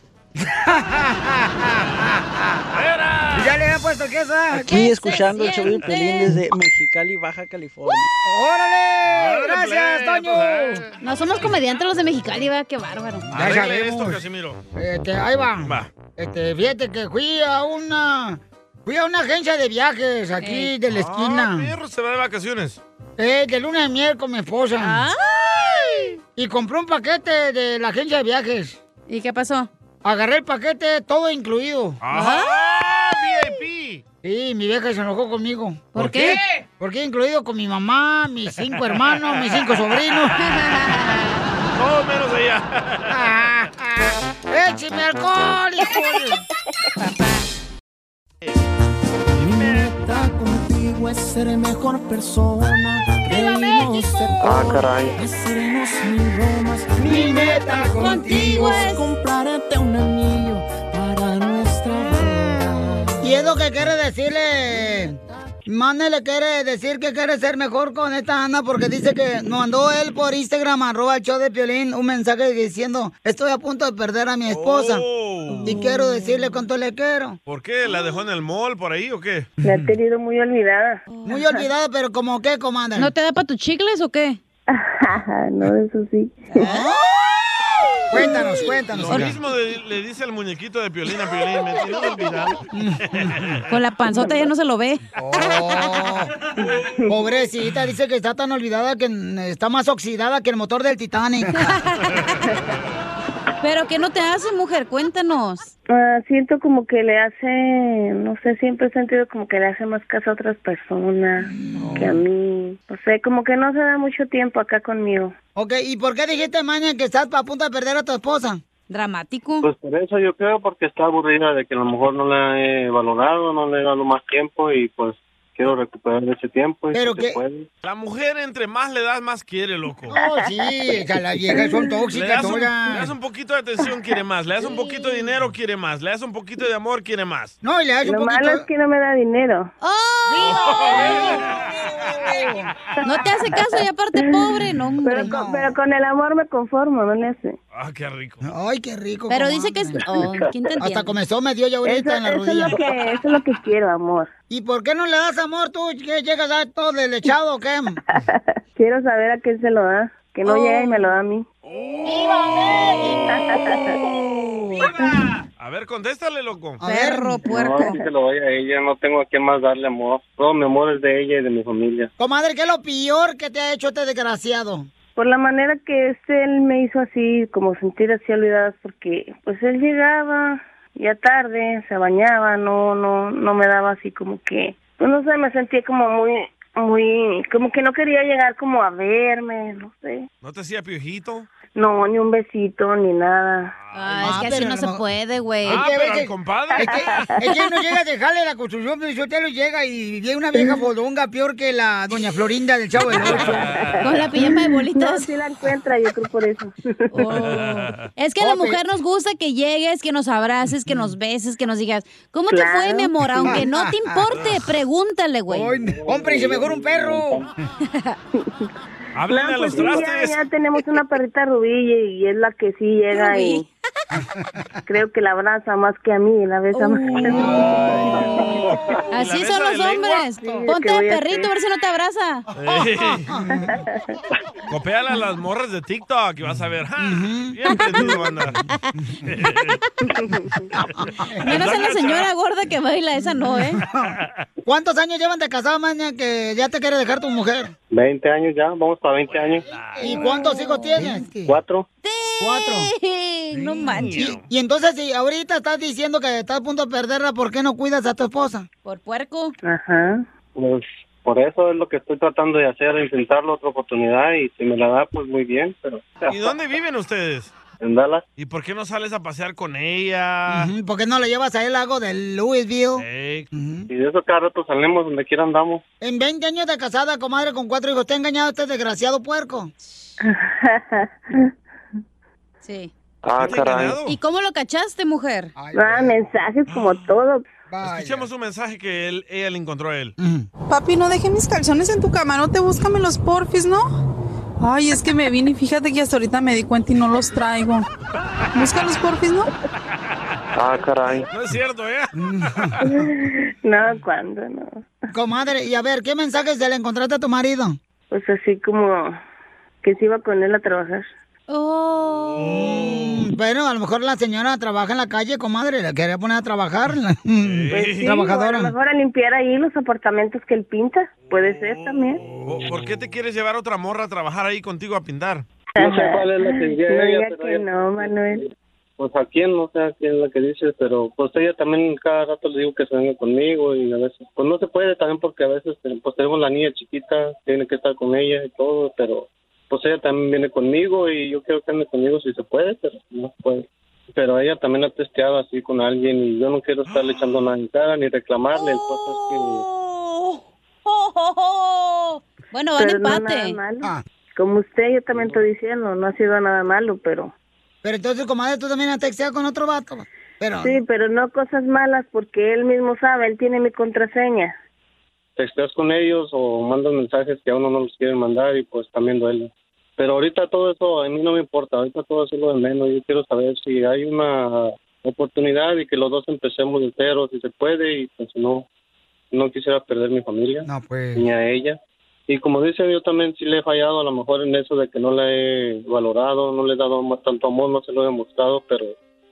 S2: Y Ya le habían puesto queso. ¿ah?
S4: Aquí escuchando el show de Pelín desde Mexicali, Baja California.
S2: ¡Órale! ¡Gracias, Toño!
S9: No somos comediantes los de Mexicali, va, qué bárbaro.
S2: Ya
S3: Arregle
S2: sabemos.
S3: esto, Casimiro.
S2: Este, ahí va. Este, fíjate que fui a una fui a una agencia de viajes aquí de la
S3: Ah,
S2: esquina.
S3: perro, se va de vacaciones.
S2: Eh, de luna de miel con mi esposa. Y compré un paquete de la agencia de viajes. ¿Y qué pasó? Agarré el paquete todo incluido.
S3: ¡Ah! ¡VIP!
S2: Sí, mi vieja se enojó conmigo.
S3: ¿Por ¿Por qué? qué?
S2: Porque incluido con mi mamá, mis cinco hermanos, mis cinco
S3: (laughs)
S2: sobrinos.
S3: Todo menos allá.
S2: ¡Écheme alcohol, hijo
S7: Mi meta contigo es ser mejor persona. Reírnos de
S10: Ah,
S7: todo,
S10: caray.
S7: hacernos mil bromas. Mi meta contigo es comprarte un anillo para nuestra boda.
S2: Y es lo que quiere decirle Mane le quiere decir que quiere ser mejor con esta Ana porque dice que nos mandó él por Instagram, arroba el show de Piolín, un mensaje diciendo, estoy a punto de perder a mi esposa y quiero decirle cuánto le quiero.
S3: ¿Por qué? ¿La dejó en el mall por ahí o qué?
S2: Me ha tenido muy olvidada. Muy olvidada, pero como qué, comanda.
S9: ¿No te da para tus chicles o qué?
S8: (laughs) no, eso sí.
S2: Cuéntanos, cuéntanos.
S3: Lo mismo de- le dice el muñequito de Piolín a Piolín. Me tienes
S2: (laughs)
S3: olvidado.
S9: Con la panzota ya no se lo ve.
S2: Oh. Pobrecita, dice que está tan olvidada que mm, está más oxidada que el motor del Titanic.
S9: (laughs) Pero ¿qué no te hace, mujer? Cuéntanos.
S8: Ah, siento como que le hace, no sé, siempre he sentido como que le hace más caso a otras personas que a mí. No sé, como que no se da mucho tiempo acá conmigo.
S2: ok, ¿y por qué dijiste, Maña, que estás a punto de perder a tu esposa?
S9: Dramático.
S10: Pues por eso yo creo, porque está aburrida de que a lo mejor no la he valorado, no le he dado más tiempo y pues quiero recuperar ese tiempo. Y si se puede.
S3: La mujer entre más le das, más quiere, loco.
S2: Oh, sí, ya las viejas son tóxicas
S3: Le das, un, le
S2: todas.
S3: das un poquito de atención, quiere más. Le das un poquito de dinero, quiere más. Le das un poquito de amor, quiere más.
S2: No, y le das
S8: Lo malo es que no me da dinero.
S3: Ah,
S9: No te hace caso y aparte pobre, no, hombre.
S8: Pero con, pero con el amor me conformo, no le hace.
S3: Ah, qué rico.
S2: Ay, qué rico.
S9: Pero
S2: comadre.
S9: dice que es- oh, ¿quién te entiende?
S2: Hasta comenzó me dio ya ahorita
S8: Eso-
S2: en la
S8: eso es
S2: rodilla.
S8: lo que- eso es lo que quiero, amor.
S2: ¿Y por qué no le das amor tú? que llegas a todo delechado o
S8: (laughs)
S2: qué?
S8: Quiero saber a quién se lo da. Que no
S2: Oh.
S8: llega y me lo da a mí.
S3: A ver, contéstale, loco.
S9: Perro,
S10: No, sí se lo doy a ella, no tengo a quién más darle amor. Todo mi amor es de ella y de mi familia.
S2: Comadre, ¿qué es lo peor que te ha hecho este desgraciado?
S8: Por la manera que este, él me hizo así, como sentir así olvidadas, porque pues él llegaba ya tarde, se bañaba, no, no, no me daba así como que, pues no sé, me sentía como muy, muy, como que no quería llegar como a verme, no sé.
S3: ¿No te hacía piojito?
S8: No, ni un besito, ni nada.
S9: Ah, es que así no se (laughs) puede, güey.
S8: Ah, pero al
S3: compadre.
S2: Es
S8: (laughs)
S2: que, es que no llega a dejarle la construcción, pero yo te lo llega y viene una
S8: (laughs)
S2: vieja bodonga peor que la doña Florinda del Chavo del Ocho.
S9: Con la pijama de bolitas.
S2: (laughs)
S8: No, sí la encuentra, yo creo por eso.
S9: Es que a la
S8: Oh, pero-
S9: mujer nos gusta que llegues, que nos abraces, que nos beses, que nos digas, ¿cómo te fue,
S8: Claro.
S9: mi amor? Aunque no te
S2: (laughs)
S9: importe, pregúntale, güey.
S2: Cómprense mejor un perro.
S3: Háblenle
S8: No,
S3: a
S8: pues
S3: los
S8: sí,
S3: trastes.
S8: ya, ya tenemos una perrita rubí y, y es la que sí llega y (laughs) creo que la abraza más que a mí, la besa más que a mí.
S9: Así son los hombres.
S8: ¿qué
S9: Ponte
S8: voy
S9: de
S8: a
S9: perrito a ver si no te abraza.
S3: Copiala a las morras de TikTok y vas a ver. ¡Ja! Bien prendido, banda. (laughs)
S9: Menos a la señora gorda que baila, esa no, ¿eh?
S2: (laughs) ¿Cuántos años llevan de casada, maña, que ya te quiere dejar tu mujer?
S10: 20 años ya, vamos para 20 años.
S2: ¿Y cuántos hijos tienes?
S10: ¿Cuatro?
S2: Cuatro.
S9: No manches.
S2: Y, y entonces, si ahorita estás diciendo que estás a punto de perderla, ¿por qué no cuidas a tu esposa?
S9: Por puerco.
S8: Ajá.
S10: Pues por eso es lo que estoy tratando de hacer, intentarlo otra oportunidad y si me la da, pues muy bien, pero...
S3: ¿Y dónde viven ustedes?
S10: En Dallas.
S3: ¿Y por qué no sales a pasear con ella?
S2: Ujú, ¿Por qué no le llevas a él algo de Louisville?
S3: Ey,
S10: Y de eso cada rato salimos, donde quiera andamos.
S2: En 20 años de casada, comadre, con cuatro hijos, ¿te ha engañado este desgraciado puerco?
S10: (laughs)
S2: (laughs)
S9: Sí.
S10: Ah, caray.
S9: ¿Y cómo lo cachaste, mujer?
S8: Ah, mensajes como todo.
S3: Escuchemos un mensaje que él, ella le encontró a él.
S11: Papi, no dejé mis calzones en tu camarote, búscame los porfis, ¿no? Ay, es que me vine y fíjate que hasta ahorita me di cuenta y no los traigo. Busca los porfis, ¿no?
S10: Ah, caray.
S3: No es cierto, ¿eh?
S8: No, cuando no.
S2: Comadre, y a ver, ¿qué mensajes le encontraste a tu marido?
S8: Pues así como que se iba con él a trabajar.
S2: Mm, bueno, a lo mejor la señora trabaja en la calle, comadre, la quería poner a trabajar. la- (laughs)
S8: Pues sí, o
S2: Trabajadora.
S8: a lo mejor a limpiar ahí los apartamentos que él pinta. Puede
S10: Oh.
S8: ser también.
S3: ¿O- ¿Por qué te quieres llevar a otra morra a trabajar ahí contigo a pintar?
S10: No sé cuál es la que
S8: No
S10: llega ella,
S8: diga
S10: pero
S8: que
S10: ella-
S8: no, Manuel.
S10: Pues a quién, no sé a quién es la que dice, pero pues ella también cada rato le digo que se venga conmigo y a veces, pues no se puede también porque a veces eh, pues tenemos la niña chiquita, tiene que estar con ella y todo, pero pues ella también viene conmigo y yo quiero que ande conmigo si se puede, pero no se puede. Pero ella también ha testeado así con alguien y yo no quiero estarle echando nada en cara ni reclamarle, el punto es que-
S9: Oh, oh, oh. Bueno, van
S8: Pero no nada
S9: empate.
S8: malo.
S2: Ah,
S8: Como usted, yo también estoy diciendo, no ha sido nada malo, pero...
S2: Pero entonces, comadre, tú también has texteado con otro vato. Pero,
S8: Sí, pero no cosas malas porque él mismo sabe, él tiene mi contraseña.
S10: texteas con ellos o mandas mensajes que a uno no los quieren mandar y pues también duele. Pero ahorita todo eso a mí no me importa, ahorita todo eso es lo de menos. Yo quiero saber si hay una oportunidad y que los dos empecemos de cero si se puede y pues no, no quisiera perder mi familia
S2: (laughs) No, pues.
S10: ni a ella. Y como dicen, yo también sí le he fallado a lo mejor en eso de que no la he valorado, no le he dado más tanto amor, no se lo he demostrado, pero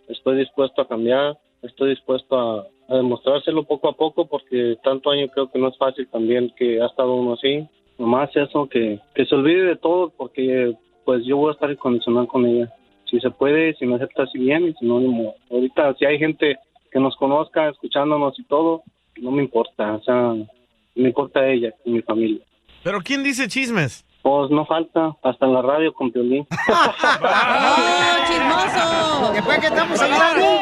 S10: estoy dispuesto a cambiar, estoy dispuesto a, a demostrárselo poco a poco porque tanto año creo que no es fácil también que ha estado uno así. Nomás
S20: é
S10: eso, que, que se olvide de todo porque pues yo voy a estar incondicional con ella. Si se puede, si me acepta, si bien, y si no, ni modo. Ahorita si hay gente que nos conozca, escuchándonos y todo, no me importa, o sea, me importa ella, mi familia.
S3: ¿Pero quién dice chismes? Ah,
S10: Pues no falta, hasta en la radio
S3: (laughs)
S10: con Piolín.
S2: chismoso! Después que estamos hablando.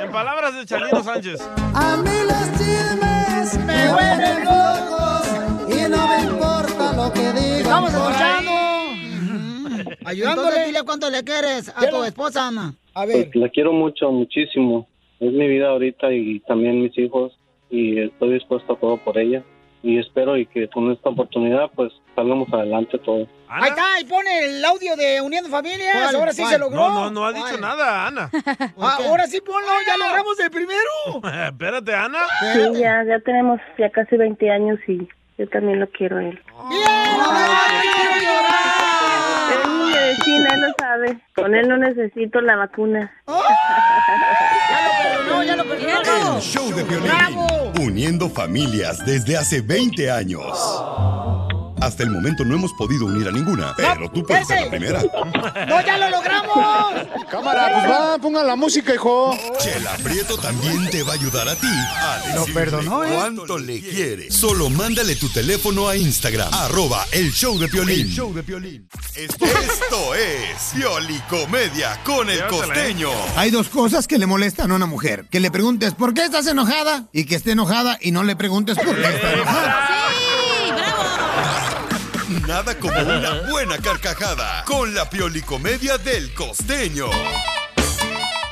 S3: En palabras de Chalino Sánchez.
S7: A mí los chismes me vuelven locos y no me importa lo que digan.
S2: Estamos
S7: por
S2: escuchando.
S7: ahí.
S2: Ayudándole. Entonces dile cuánto le quieres a tu esposa, Ana. A ver.
S10: Pues la quiero mucho, muchísimo. Es mi vida ahorita y también mis hijos y estoy dispuesto a todo por ella. Y espero y que con esta oportunidad pues salgamos adelante todos.
S2: Ahí está, y pone el audio de Uniendo Familias.
S3: ¿Cuál?
S2: Ahora sí
S3: ¿Cuál?
S2: se logró.
S3: No, no, no ha dicho nada, Ana. (laughs)
S2: Ah, ahora sí ponlo, ya logramos el primero.
S3: Espérate, Ana.
S8: Sí, ya, ya tenemos ya casi 20 años y yo también lo quiero a él. Él es mi medicina, él lo sabe. Con él no necesito la vacuna.
S2: No, Oh. ya lo perdonó.
S5: El show de Piolín. Uniendo familias desde hace 20 años. Hasta el momento no hemos podido unir a ninguna, pero tú puedes ser la primera.
S2: ¡No, ya lo logramos!
S12: Cámara, pues va, pongan la música, hijo.
S5: Chela Prieto también te va a ayudar a ti a decirle
S12: perdonó, ¿eh?
S5: cuánto le quiere. Solo mándale tu teléfono a Instagram, arroba el show de Piolín.
S7: El show
S5: de Piolín. Esto, esto es Piolicomedia con el
S15: ¿eh?
S3: ¿eh?
S5: costeño.
S25: Hay dos cosas que le molestan a una mujer. Que le preguntes por qué estás enojada y que esté enojada y no le preguntes por qué está enojada.
S5: Nada como una buena carcajada con la Piolicomedia del costeño.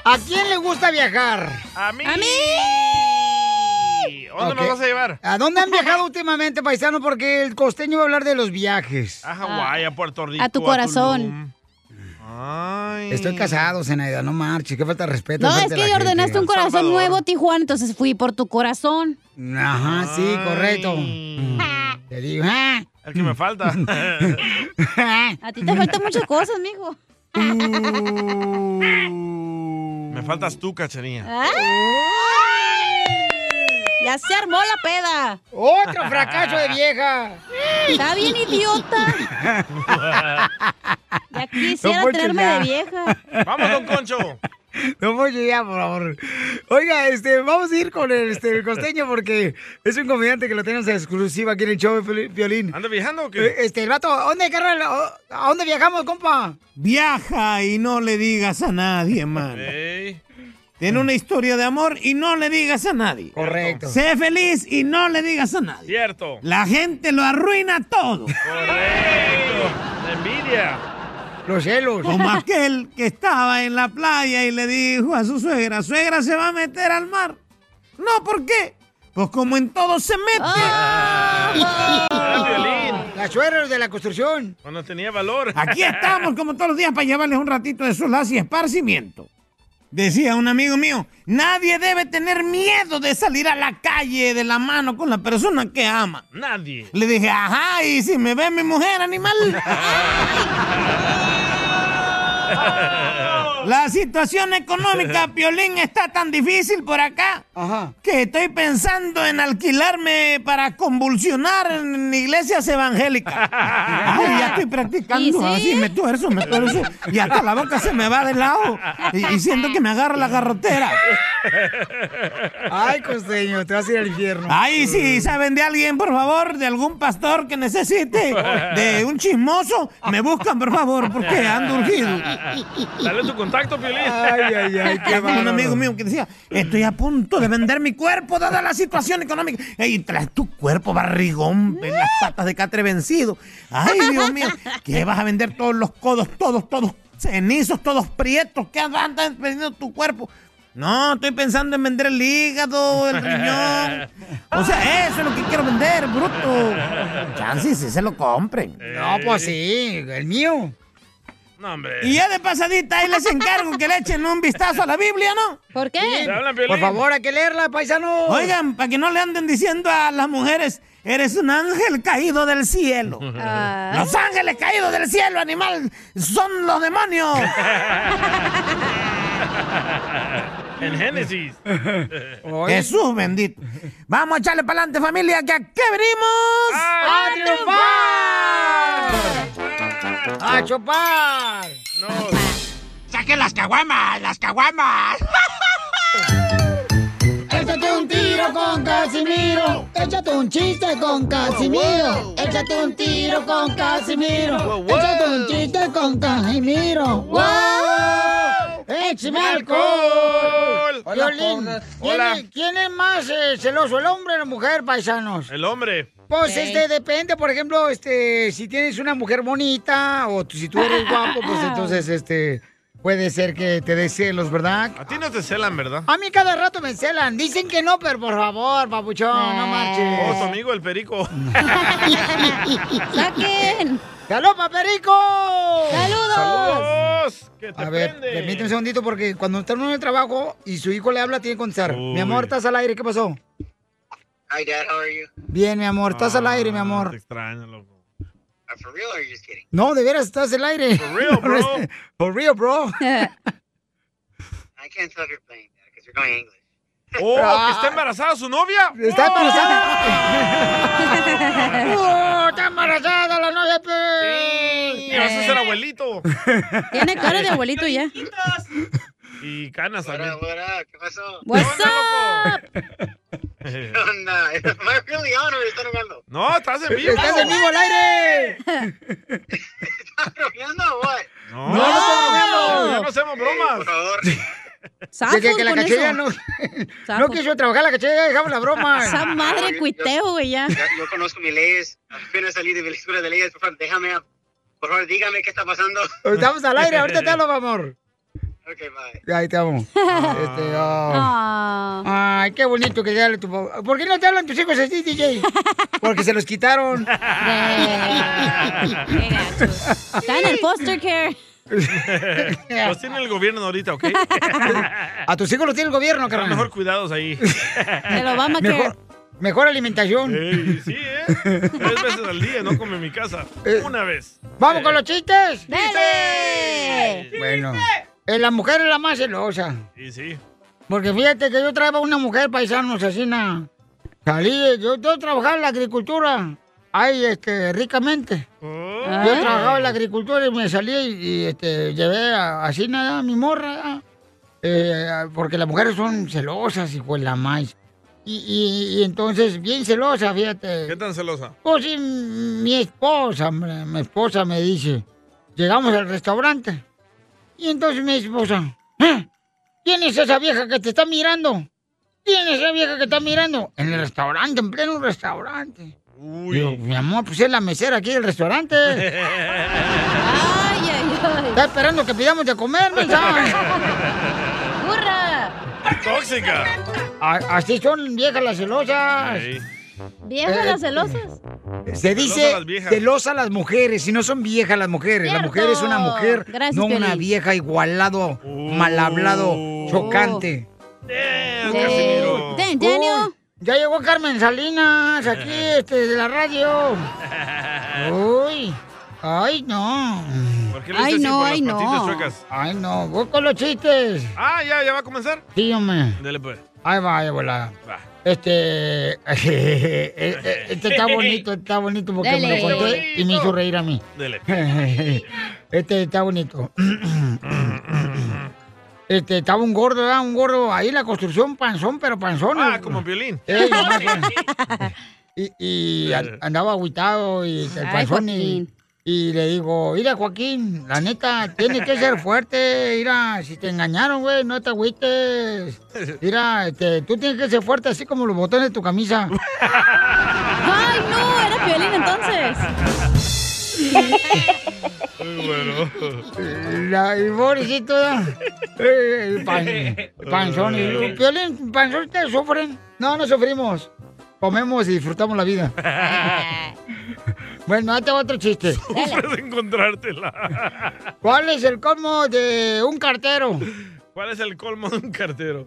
S2: ¿A quién le gusta viajar?
S3: A mí.
S2: ¡A mí!
S3: ¿Dónde nos vas a llevar?
S2: ¿A dónde han
S3: (laughs)
S2: viajado últimamente, paisano? Porque el costeño va a hablar de los viajes.
S3: A Hawái, a
S9: Ah,
S3: Puerto Rico.
S2: a tu corazón.
S3: Tulum. Ay.
S2: Estoy casado, Zenaida, no marches, qué falta de respeto.
S9: No,
S2: enfrente
S9: es que
S2: de la
S9: ya ordenaste
S2: gente.
S9: un corazón nuevo, Tijuana, entonces fui por tu corazón.
S2: Ajá, sí,
S3: (laughs)
S2: correcto. Te digo, ¿eh?
S3: El que me falta.
S2: (laughs)
S9: A
S2: Mm.
S9: ti te faltan muchas cosas, mijo.
S3: Mm. me faltas tú, cachanilla.
S9: ¡Ay! (laughs) Ya se armó la peda.
S2: Otro fracaso de vieja.
S9: Está bien idiota.
S14: (laughs)
S9: Ya quisiera
S2: Don Poncho,
S9: tenerme
S2: ya.
S9: de vieja.
S3: Vamos, don Concho.
S2: No voy ya, por favor. Oiga, este, vamos a ir con el, este, el costeño porque es un comediante que lo tenemos en exclusiva aquí en el show de Fili- Violín.
S3: ¿Anda viajando o qué?
S2: Eh, Este, el vato, ¿a dónde, carnal? ¿A a dónde viajamos,
S3: (laughs)
S2: compa?
S14: Viaja y no le digas a nadie, man. Tiene una historia de amor y no le digas a nadie.
S2: Correcto.
S14: Sé feliz y no le digas a nadie.
S3: Cierto.
S14: La gente lo arruina todo.
S3: Correcto. La envidia.
S2: Los celos.
S14: Como aquel que estaba en la playa y le dijo a su suegra, suegra se va a meter al mar. No, ¿por qué? Pues como en todo se mete.
S2: La suegra Ah. de la construcción.
S3: Cuando tenía valor.
S14: Aquí estamos como todos los días para llevarles un ratito de solaz y esparcimiento. Decía un amigo mío, nadie debe tener miedo de salir a la calle de la mano con la persona que ama.
S3: Nadie.
S14: Le dije, ajá, y si me ve mi mujer,
S2: (laughs)
S14: animal. La situación económica, Piolín, está tan difícil por acá que estoy pensando en alquilarme para convulsionar en iglesias evangélicas. Ay, ya estoy practicando así, me tuerzo, me tuerzo, y hasta la boca se me va de lado, y, y siento que me agarra la garrotera.
S2: Ay, costeño, te vas a ir al infierno.
S14: Ay, si saben de alguien, por favor, de algún pastor que necesite, de un chismoso, me buscan, por favor, porque ando urgido.
S3: (laughs) Dale tu contacto, Piolín.
S14: Como Un amigo mío que decía, estoy a punto de vender mi cuerpo dada la situación económica. Y traes tu Eh, cuerpo barrigón, ves las patas de catre vencido. Ay, Dios mío, que vas a vender todos los codos, todos, todos cenizos, todos prietos que andan vendiendo tu cuerpo. No, estoy pensando en vender el hígado, el riñón. O sea, eso es lo que quiero vender, bruto. Chances, si se lo compren.
S2: No, pues sí, el mío.
S3: No, hombre.
S14: Y ya de pasadita, ahí les encargo que le echen un vistazo a la Biblia, ¿no?
S9: ¿Por qué?
S14: Por favor, hay que leerla, paisano. Oigan, para que no le anden diciendo a las mujeres, eres un ángel caído del cielo.
S9: Ah.
S14: Los ángeles caídos del cielo, animal, son los (laughs) demonios.
S3: en Génesis.
S14: Jesús bendito. Vamos a echarle para adelante, familia, que aquí venimos.
S2: ¡A triunfar! ¡A chupar!
S14: ¡Saque las caguamas! ¡Las caguamas!
S2: Échate un tiro con Casimiro. Échate un chiste con Casimiro. Échate un tiro con Casimiro. Échate un chiste con Casimiro. ¡Wow! ¡Échame alcohol!
S3: Hola,
S2: Piolín, ¿quién,
S3: pobres. Hola.
S2: es- quién es más eh, celoso, el hombre o la mujer, paisanos?
S3: El hombre.
S2: Pues este depende, por ejemplo, este, si tienes una mujer bonita o tú- si tú eres guapo, (laughs) pues entonces este puede ser que te dé celos, ¿verdad?
S3: A ti no te celan, ¿verdad?
S2: A mí cada rato me celan, dicen que no, pero por favor, papuchón, no
S3: Oh, tu
S2: marches.
S3: amigo el
S15: (laughs)
S3: perico.
S2: ¡Saquen! ¡Galopa, Perico!
S3: ¡Saludos! ¡Saludos!
S2: (laughs)
S3: ¡Que te
S2: a ver,
S3: prende!
S2: permíteme un segundito porque cuando está uno en el trabajo y su hijo le habla, tiene que contestar. Mi amor, estás al aire, ¿qué pasó?
S15: Hi, Dad. How are you?
S2: Bien, mi amor, estás
S15: Ah,
S2: al aire, mi amor.
S3: Extraño, loco.
S15: Uh, for real, or are you just kidding?
S2: No, de veras, estás al aire.
S15: For real, bro.
S2: (laughs) For real, bro.
S9: (laughs)
S15: I can't tell if you're playing that because you're going English.
S3: ¡Oh,
S9: Ah.
S3: que está embarazada su novia!
S2: Está
S3: (laughs)
S2: embarazada. ¡Oh, está embarazada la novia! pues. pe!
S3: Y vas a ser abuelito.
S9: Eh. Tiene cara de abuelito ya.
S3: (laughs) Y canas también.
S15: ¿Qué pasó?
S9: What's up?
S15: (laughs) nah, am I really on or están hablando?
S3: No, estás en vivo.
S15: Estás en vivo al
S2: aire.
S15: ¿Bromeando o what?
S3: No, no estás bromeando. Ya no hacemos
S15: Por
S3: bromas.
S15: favor.
S2: De que, que la
S9: con
S2: cachilla
S9: eso. (laughs)
S2: no, no quiso trabajar, la cachilla dejamos la broma.
S9: Esa madre cuiteo, güey,
S15: (laughs)
S9: ya.
S15: Ya- Yo conozco mis leyes. Apenas salí de mi escuela de leyes. Por favor, déjame. Por favor, dígame qué está pasando.
S2: (laughs) Estamos al aire, ahorita te hablo, mi amor.
S15: Ok, bye.
S2: Ahí te amo.
S15: Ah.
S2: Este, oh.
S9: Ah.
S2: Ay, qué bonito que te hable tu papá. ¿Por qué no te hablan tus hijos así, DJ?
S9: (laughs)
S2: Porque se los quitaron.
S9: Está en el foster care.
S3: (laughs) Los tiene el gobierno
S9: (laughs)
S3: ahorita, ¿ok? (laughs)
S2: A tus hijos los tiene el gobierno,
S3: Están
S2: carnal.
S3: mejor cuidados ahí.
S9: El Obama
S3: (laughs)
S2: Mejor, mejor alimentación.
S3: Sí, ¿eh? Tres veces al día, no come en mi casa.
S2: Eh.
S3: Una vez.
S2: (laughs) ¡Vamos con los chistes!
S9: ¡Dale!
S2: Bueno, eh, la mujer es la más celosa.
S3: Y sí.
S2: Porque fíjate que yo traía una mujer paisano asesina. Salí, yo, yo trabajaba en la agricultura. Ahí, este, ricamente.
S16: Ah.
S2: Yo trabajaba en la agricultura y me salí y, este, llevé a, así nada a mi morra. ¿verdad? Eh, a- porque las mujeres son celosas, hijo de la maíz. Y, y- y entonces, bien celosa, fíjate.
S3: ¿Qué tan celosa?
S2: Pues sí, mi esposa, hombre, mi esposa me dice, llegamos al restaurante. Y entonces mi esposa, "¿Eh? ¿quién es esa vieja que te está mirando? ¿Quién es esa vieja que está mirando? En el restaurante, en pleno restaurante. Digo, mi amor, pues es la mesera aquí del restaurante.
S9: Ay, ay, ay.
S2: Está esperando que pidamos de comer, ¿no? sabes?
S9: ¡Burra!
S3: Tóxica.
S2: A- Así son viejas las celosas.
S9: Viejas
S2: Eh,
S9: las celosas.
S2: Se dice
S3: Celosa las viejas.
S2: celosa a las mujeres, y no son viejas las mujeres. La mujer es una mujer,
S9: Gracias,
S2: no una
S9: Piolín.
S2: vieja igualado,
S3: Uh.
S2: mal hablado, chocante.
S9: Casimiro. Damn, Daniel.
S2: Uy, ya llegó Carmen Salinas aquí,
S3: (laughs)
S2: este, de la radio. Uy, ay no.
S3: ¿Por qué le dices así por las patitas chuecas?
S2: Ay no, voy con los chistes.
S3: Ah, ya, ya va a comenzar.
S2: Sí, hombre.
S3: Dale, pues.
S2: Ahí va, ahí volada.
S3: Va.
S2: Este, (laughs) este está bonito, está bonito porque me
S3: Dale.
S2: lo
S3: Está
S2: conté
S3: bonito.
S2: y me hizo reír a mí.
S3: Dele.
S2: (laughs) Este está bonito. (clears throat) Este, estaba un gordo, ¿verdad? Un gordo ahí en la construcción, panzón, pero panzón.
S3: Ah, como violín.
S2: (laughs)
S3: (laughs)
S2: Ey, Y, y an- andaba agüitado y el
S3: Ay,
S2: panzón y,
S3: Joaquín.
S2: y le digo, mira Joaquín, la neta, tienes que ser fuerte, mira, si te engañaron, güey, no te agüites. Mira, este, tú tienes que ser fuerte así como los botones de tu camisa. (laughs)
S9: ¡Ay, no! Era Piolín entonces.
S2: La, el pobrecito, ¿verdad? Eh, el pan- el panzón. y- Piolín, panzón, ¿ustedes sufren? No, no sufrimos. Comemos y disfrutamos la vida.
S3: (laughs)
S2: Bueno, ahí te va otro chiste.
S3: Puedes encontrártela. (laughs)
S2: ¿Cuál es el colmo de un cartero?
S3: ¿Cuál es el colmo de un cartero?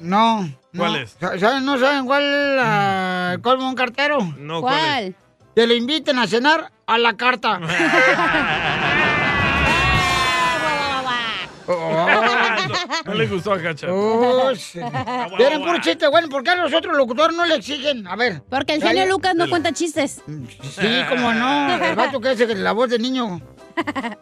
S2: No.
S3: ¿Cuál
S2: no.
S3: es? Mm.
S2: Sa- ¿Saben, ¿No saben cuál es la- el colmo de un cartero?
S3: No,
S16: ¿cuál
S3: ¿Cuál?
S2: Que lo inviten a cenar a la
S3: (laughs)
S2: carta.
S3: (laughs) Ah, no le gustó a Cacha.
S2: Oh, sí. Tienen puro chiste, Este, bueno, ¿por qué a los otros locutores no le exigen? A ver.
S9: Porque el genio Lucas no
S2: Dale. Mm.
S9: cuenta chistes.
S2: Sí, como no. El vato que hace la voz de niño.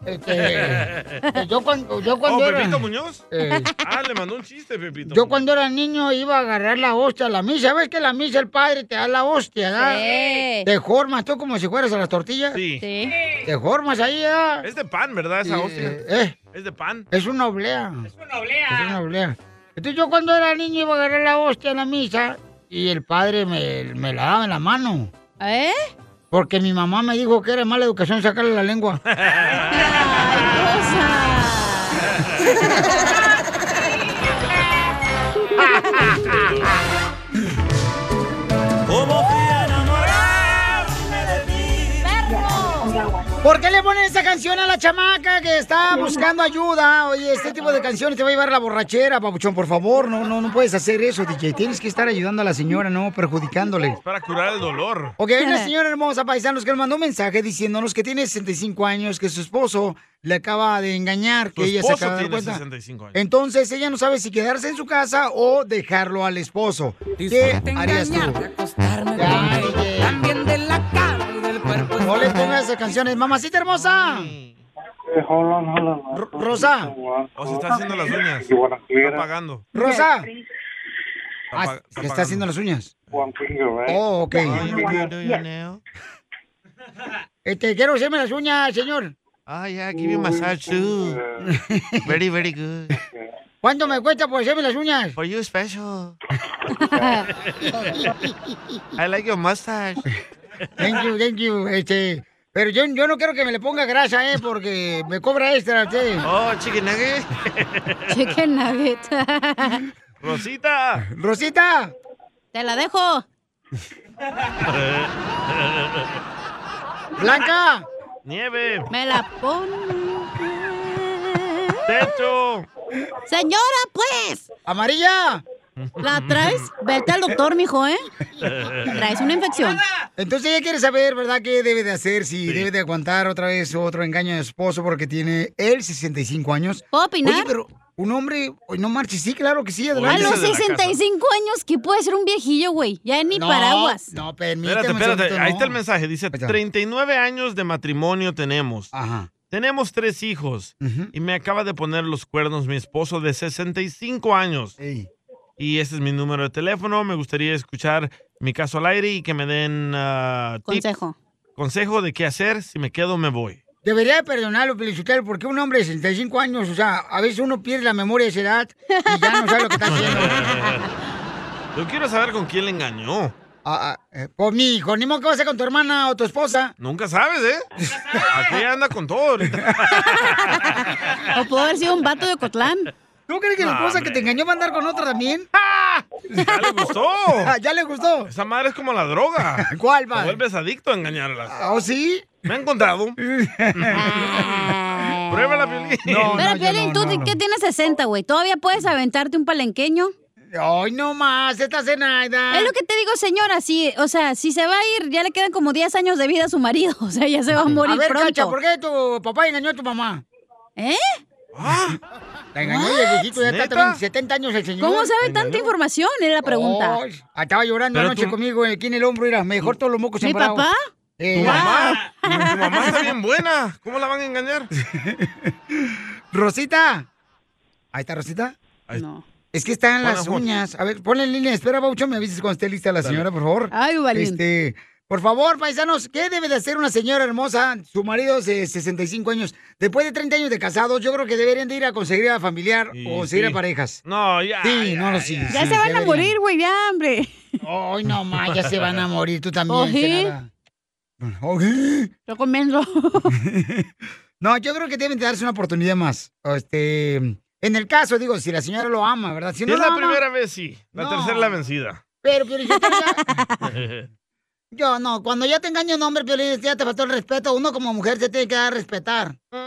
S2: Este, yo cuando, yo cuando
S3: (laughs) oh,
S2: era-
S3: Pepito Muñoz?
S2: Eh.
S3: Ah, le mandó un chiste, Pepito.
S2: Yo cuando era niño iba a agarrar la hostia, a la misa. ¿Ves que la misa el padre te da la hostia? ¿verdad?
S3: Sí.
S2: Te formas tú como si fueras a las tortillas.
S3: Sí.
S2: Te formas ahí, ¿verdad?
S3: Es de pan, ¿verdad? Esa
S2: Eh,
S3: hostia.
S2: eh.
S3: Es de pan.
S2: Es una oblea. Es una oblea. Es una oblea. Entonces yo cuando era niño iba a agarrar la hostia en la misa y el padre me, me la daba en la mano. ¿Eh? Porque mi mamá me dijo que era mala educación sacarle la
S3: (laughs)
S2: lengua. (laughs)
S16: ¿Cómo
S2: ¿Por qué le ponen esa canción a la chamaca que está buscando ayuda? Oye, este tipo de canciones te va a llevar a la borrachera, papuchón, por favor. No, no, no puedes hacer eso, DJ. Tienes que estar ayudando a la señora, no perjudicándole.
S3: Para curar el dolor.
S2: Ok, hay
S3: (laughs)
S2: una señora hermosa, paisanos, que nos mandó un mensaje diciéndonos que tiene 65 años, que su esposo le acaba de engañar,
S3: Tu
S2: que ella se
S3: esposo
S2: acaba de dar
S3: tiene
S2: cuenta.
S3: 65 años.
S2: Entonces ella no sabe si quedarse en su casa o dejarlo al esposo. ¿Qué harías tú? Ya, DJ. No le pongas esas canciones, mamacita hermosa. Ro- Rosa,
S3: O se está haciendo las uñas. Está pagando.
S2: Rosa.
S3: Ah,
S2: Ah, le está haciendo las uñas. Oh, ok. Este, quiero hacerme las uñas, señor. Ah, ya,
S3: give me massage
S9: (laughs)
S3: too.
S2: Very, very good. ¿Cuánto me cuesta por hacerme las uñas? For you (laughs) special. I like your mustache. Thank you, thank you. Este, pero yo, yo no quiero que me le ponga grasa, eh, porque me cobra extra usted. Oh, chicken nugget.
S9: Chicken nugget.
S3: Rosita.
S2: Rosita.
S9: Te la dejo.
S2: Blanca.
S3: (laughs) Nieve.
S9: Me la pone.
S3: Techo.
S9: Señora, pues.
S2: Amarilla.
S9: ¿La traes? Vete al doctor, mijo, ¿eh? Traes una infección.
S2: Entonces ella quiere saber, ¿verdad? ¿Qué debe de hacer? Si debe de aguantar otra vez otro engaño de esposo porque tiene él 65 años.
S9: ¿Puedo opinar?
S2: Oye, pero un hombre, oye, no marches, sí, claro que sí,
S9: A
S2: adelante.
S9: los 65 años, ¿qué puede ser un viejillo, güey? Ya ni
S2: No,
S9: paraguas.
S2: No, permíteme.
S3: Espérate,
S2: un
S3: espérate.
S2: segundito,
S3: Ahí
S2: no.
S3: está el mensaje. Dice, 39 años de matrimonio tenemos.
S2: Ajá.
S3: Tenemos tres hijos. Y me acaba de poner los cuernos mi esposo de 65 años. Y este es mi número de teléfono. Me gustaría escuchar mi caso al aire y que me den... ah, tips,
S9: Consejo.
S3: consejo de qué hacer. Si me quedo,
S2: (laughs)
S3: me voy.
S2: Debería de perdonarlo, Felicitero, porque un hombre de 65 años, o sea, a veces uno pierde la memoria de esa edad y ya no sabe lo que está haciendo.
S3: Yo quiero saber con quién le engañó.
S2: Ah, ah, eh, pues mi hijo, ni modo que vas a hacer con tu hermana o tu esposa.
S3: Nunca sabes, ¿eh?
S2: (laughs)
S3: Aquí anda con todo ahorita.
S9: (laughs) O pudo haber sido un vato de Cotlán.
S2: ¿Tú crees que la
S3: No,
S2: esposa
S3: hombre.
S2: que te engañó va a andar con otra también?
S3: Ya le
S2: (laughs)
S3: gustó.
S2: Ah, ¿Ya le gustó?
S3: Esa madre es como la droga.
S2: (laughs) ¿Cuál,
S3: va? Te vuelves adicto a engañarla.
S2: ¿Oh, sí?
S3: Me
S2: (laughs)
S3: han contado.
S2: Ah.
S3: Pruébala, Piolín.
S9: Pero, Piolín, tú que tienes 60, güey. ¿Todavía puedes aventarte un palenqueño?
S2: Ay, no más, esta cenada.
S9: Es lo que te digo, señora. Si, o sea, si se va a ir, ya le quedan como 10 años de vida a su marido. (laughs) O sea, (laughs) ya se va a morir
S2: A ver,
S9: pronto.
S2: Cacha, ¿por qué tu papá engañó a tu mamá?
S9: ¿Eh?
S2: La engañó de viejito, ya está
S9: ¿Neta?
S2: también 70 años el señor.
S9: ¿Cómo sabe tanta información? Es la pregunta.
S2: Ay, Oh, estaba llorando
S9: Pero
S2: anoche
S9: tu-
S2: conmigo eh, aquí en el hombro, era mejor todos los mocos
S9: ¿Mi
S2: sembrados.
S9: papá?
S2: Eh,
S3: Tu mamá, tu mamá está bien buena. ¿Cómo la van a engañar?
S2: (laughs) Rosita. Ahí está Rosita.
S9: No.
S2: Es que están
S3: Pon la
S2: las
S3: foto.
S2: uñas. A ver, ponle en línea. Espera, Baucho, me avises cuando esté lista la señora, por favor.
S9: Ay, Duvalín.
S2: Este, por favor, paisanos, ¿qué debe de hacer una señora hermosa? Su marido es de 65 años. Después de 30 años de casados, yo creo que deberían de ir a conseguir a familiar o conseguir a
S3: sí.
S2: parejas.
S3: No, ya.
S2: Sí, no, sí.
S9: Ya se van a morir, güey, de hambre.
S2: (laughs)
S9: (laughs)
S2: Ay, no más, ya se van a morir, tú también.
S9: Ojí.
S2: que nada.
S9: Yo
S2: (laughs)
S9: comiendo.
S2: No, yo creo que deben de darse una oportunidad más. Este, en el caso, digo, si la señora lo ama, ¿verdad? Si
S3: Si
S2: no
S3: es
S2: lo
S3: la
S2: ama,
S3: primera vez, sí. La
S2: No.
S3: tercera
S2: (laughs)
S3: la vencida.
S2: Pero, Piolín, yo, yo no, cuando ya te engaña un hombre, Piolín, ya te faltó el respeto. Uno como mujer se tiene que dar a respetar.
S9: Mm.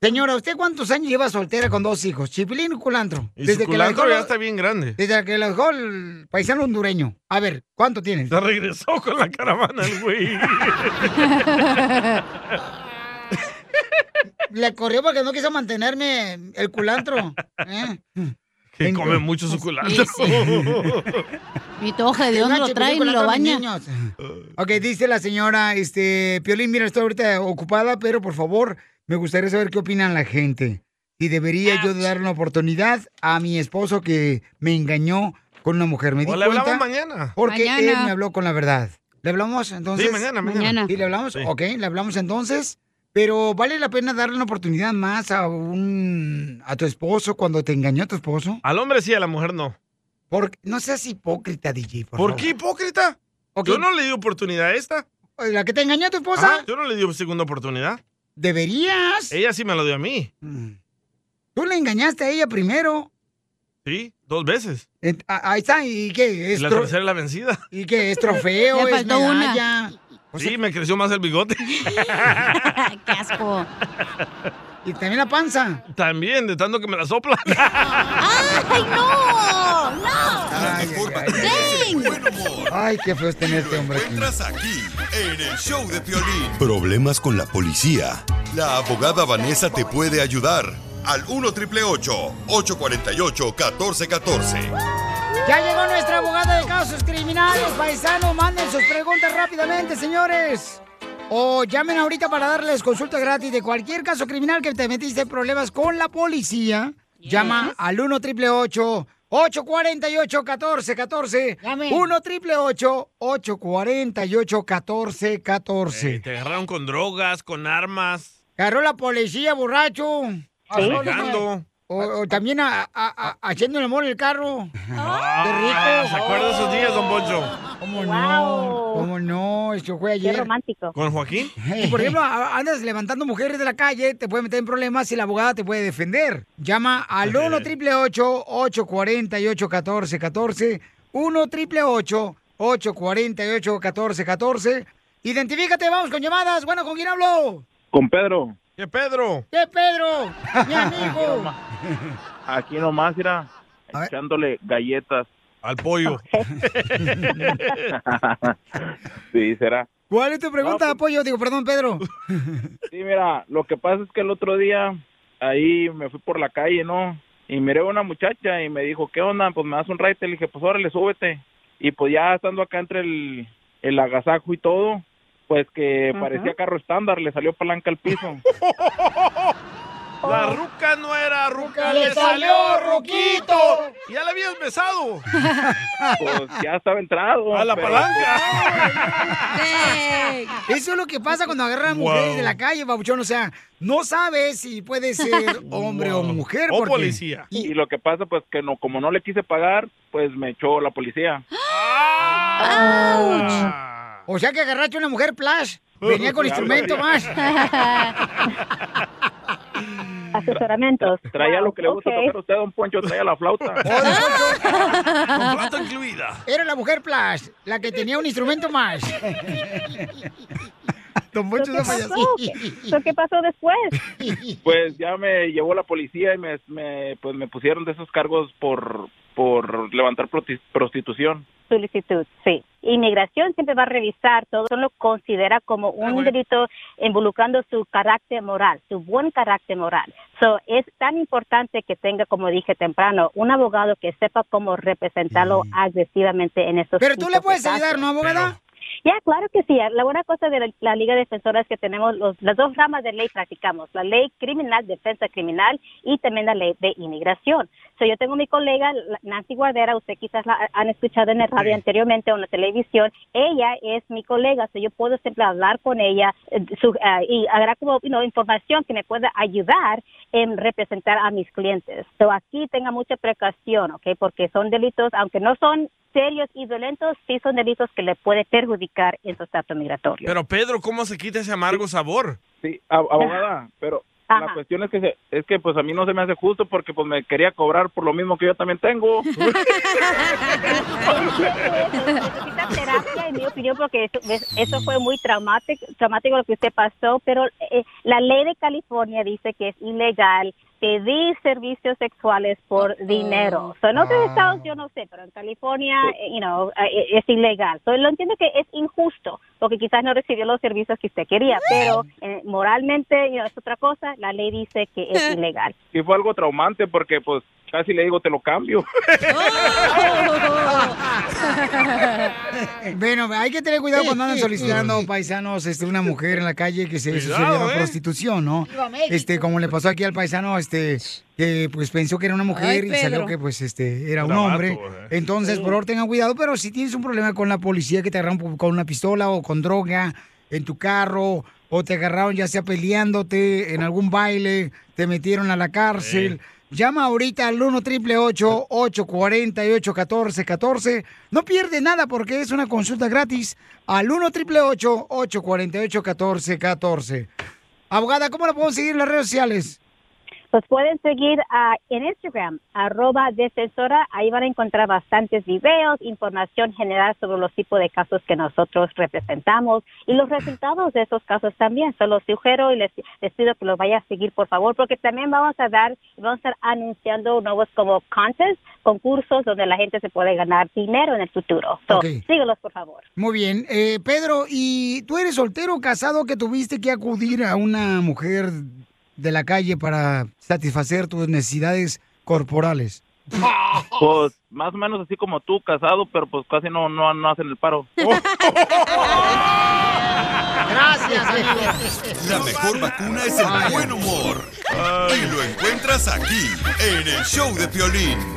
S2: Señora, ¿usted cuántos años lleva soltera con dos hijos? ¿Chipilín o culantro?
S3: y su culantro
S2: dejó-
S3: ya está bien grande.
S2: Desde que la dejó el paisano hondureño. A ver, ¿cuánto tienes?
S3: Se regresó con la caravana el güey.
S2: (laughs) Le corrió porque no quiso mantenerme el culantro. ¿eh?
S3: que come mucho su (laughs) culantro. (laughs)
S9: Y todo Gedeón
S2: Tenga
S9: lo
S2: Chipilín
S9: trae y
S2: culantro
S9: lo
S2: a los
S9: baña.
S2: niños. Ok, dice la señora, este, Piolín, mira, estoy ahorita ocupada, pero por favor, me gustaría saber qué opinan la gente. Si debería yo dar una oportunidad a mi esposo que me engañó con una mujer. Me di
S3: O le
S2: cuenta
S3: hablamos mañana.
S2: Porque
S3: Mañana.
S2: él me habló con la verdad. ¿Le hablamos entonces?
S3: Sí, mañana, mañana. Mañana.
S2: ¿Y le hablamos?
S3: Sí.
S2: Ok, le hablamos entonces. Pero vale la pena darle una oportunidad más a un a tu esposo cuando te engañó tu esposo.
S3: Al hombre sí, a la mujer no.
S2: Porque no seas hipócrita, DJ. Por,
S3: ¿Por
S2: favor.
S3: qué hipócrita?
S2: Ok.
S3: Yo no le di oportunidad a esta.
S2: ¿La que te engañó tu esposa?
S3: Ah, yo no le di segunda oportunidad.
S2: Deberías. Mm.
S3: Ella sí me lo dio a mí.
S2: Tú le engañaste a ella primero.
S3: Sí, dos veces.
S2: Eh, a- Ahí está, ¿y qué?
S3: Y
S2: Es
S3: la
S2: tro-
S3: tercera es la vencida.
S2: ¿Y qué? ¿Es trofeo?
S9: (laughs) Le
S2: ¿Es
S9: faltó una.
S2: medalla?
S3: sí, me creció más el
S9: (laughs)
S3: bigote.
S9: ¡Qué asco!
S2: ¿Y también la panza?
S3: También, de tanto que me la soplan.
S9: ¡Ay, no! ¡No!
S2: Ay, ay, ay. Ay, qué feo es tener este hombre aquí.
S5: aquí, en el show de Piolín. Problemas con la policía. La abogada Vanessa te puede ayudar. Al 1 848 1414.
S2: Ya llegó nuestra abogada de casos criminales, paisanos. Manden sus preguntas rápidamente, señores. O llamen ahorita para darles consulta gratis de cualquier caso criminal que te metiste en problemas con la policía. Llama al 1 888 848 1414 1 888 848 1414
S3: Eh, Te agarraron con drogas, con armas.
S2: Agarró la policía, borracho.
S3: Manejando.
S2: O, o también a- a- a- haciendo el amor en el carro. ¡Qué
S3: Ah,
S2: rico!
S3: ¿Se acuerda de esos días, don Poncho?
S2: ¿Cómo no? ¿Cómo no? Esto fue ayer.
S3: romántico. ¿Con Joaquín?
S2: Y, por ejemplo, a- andas levantando mujeres de la calle, te puede meter en problemas y la abogada te puede defender. Llama al 1 888 848 1414 1 888 848 1414 Identifícate, vamos con llamadas. Bueno, ¿con quién hablo?
S19: Con Pedro.
S3: ¿Qué Pedro?
S2: ¿Qué Pedro? Mi amigo.
S19: (laughs) Aquí nomás irá echándole galletas.
S3: Al pollo.
S19: (laughs) sí, será.
S2: ¿Cuál es tu pregunta, apoyo? Digo, perdón, Pedro.
S19: Sí, mira, lo que pasa es que el otro día ahí me fui por la calle, ¿no? Y miré a una muchacha y me dijo, ¿qué onda? Pues me das un ride. Le dije, pues órale, súbete. Y pues ya estando acá entre el, el agasajo y todo, pues que
S3: Ajá.
S19: parecía carro estándar, le salió palanca al
S2: (laughs)
S19: piso.
S3: La ruca no era ruca,
S19: Le
S3: le salió
S19: salió
S3: ruquito. Ya la habías besado.
S19: Pues ya estaba entrado.
S3: A la
S19: pero-
S2: (laughs) Eso es lo que pasa cuando agarran a
S19: Wow.
S2: mujeres de la calle, babuchón. O sea, no sabes si puede ser hombre o mujer. porque-
S19: Y, lo que pasa, pues que no, como no le quise pagar, pues me echó la policía.
S2: O sea que agarraste una mujer plush. Venía con instrumento más.
S19: Asesoramientos. Traía lo que le gusta tocar a usted, don Poncho, traía la
S3: (laughs)
S19: flauta.
S3: Plata incluida.
S2: Era la mujer plush, la que tenía un instrumento más. Don Poncho
S19: ¿Pero
S2: es
S19: qué
S2: un
S19: pasó?
S2: payaso.
S19: ¿Qué pasó después? Pues ya me llevó la policía y me, me- pues me pusieron de esos cargos por, por levantar proti- prostitución.
S18: solicitud, sí. Inmigración siempre va a revisar todo, lo considera como
S19: Ah,
S18: un delito involucrando su carácter moral, su buen carácter moral. So, es tan importante que tenga, como dije temprano, un abogado que sepa cómo representarlo agresivamente en
S2: Mm.
S18: estos
S2: Pero tú le
S18: tipos de
S2: puedes
S18: casos.
S2: ayudar, ¿no, abogada?
S18: Ya, claro que sí. La buena cosa de la, la Liga Defensora es que tenemos los- las dos ramas de ley practicamos, la ley criminal, defensa criminal y también la ley de inmigración. So, yo tengo mi colega la- Nancy Guardera, usted quizás la han escuchado en el radio anteriormente o en la televisión. Ella es mi colega, so yo puedo siempre hablar con ella eh, su- ah, y habrá como you know, información que me pueda ayudar en representar a mis clientes. So, aquí tenga mucha precaución, ¿ok? Porque son delitos, aunque no son serios y violentos sí son delitos que le puede perjudicar en su estatus migratorio.
S3: Pero Pedro, ¿cómo se quita ese amargo sabor?
S19: Sí, a- abogada, pero la cuestión es que se- es que pues a mí no se me hace justo porque pues me quería cobrar por lo mismo que yo también
S3: (laughs)
S19: tengo.
S18: Necesita terapia, en mi opinión, porque eso, ves, eso fue muy traumático, traumático lo que usted pasó, pero eh, la ley de California dice que es ilegal pedir servicios sexuales por
S9: Oh.
S18: dinero. So, en otros
S8: Ah.
S18: estados yo no sé, pero en California, eh, you know, eh, es ilegal. So, lo entiendo que es injusto, porque quizás no recibió los servicios que usted quería, pero eh, moralmente you know, es otra cosa. La ley dice que es ilegal.
S19: Y fue algo traumante porque pues casi le digo te lo cambio.
S9: (laughs)
S2: (laughs) Bueno, hay que tener cuidado cuando andan solicitando paisanos, este, una mujer en la calle que se, eso se
S7: Mm. Cuidado,
S2: llama
S7: ¿eh?
S2: prostitución, ¿no?
S7: Viva México.
S2: Este, como le pasó aquí al paisano, este, que pues pensó que era una mujer
S7: Ay,
S2: y salió
S7: Pedro.
S2: que pues este era un
S7: Era vato,
S2: hombre.
S7: ¿eh?
S2: Entonces, por favor, tengan cuidado, pero si tienes un problema con la policía que te agarraron con una pistola o con droga en tu carro o te agarraron ya sea peleándote en algún baile, te metieron a la cárcel. Llama ahorita al 1 triple 848 1414 No pierde nada porque es una consulta gratis al 1 triple 848 1414 Abogada, ¿cómo la podemos seguir en las redes sociales?
S18: Pues pueden seguir ah, en Instagram, arroba defensora. Ahí van a encontrar bastantes videos, información general sobre los tipos de casos que nosotros representamos y los resultados de esos casos también. Se los sugiero y les, les pido que los vayan a seguir, por favor, porque también vamos a dar, vamos a estar anunciando nuevos como contests, concursos donde la gente se puede ganar dinero en el futuro. So,
S2: Ok.
S18: Síguelos, por favor.
S2: Muy bien. Eh, Pedro, ¿y tú eres soltero o casado que tuviste que acudir a una mujer de la calle para satisfacer tus necesidades corporales?
S19: Pues más o menos así como tú, casado, pero pues casi no no, no hacen el paro.
S2: Gracias,
S5: La mejor vacuna es el buen humor. Y lo encuentras aquí, en el show de Piolín.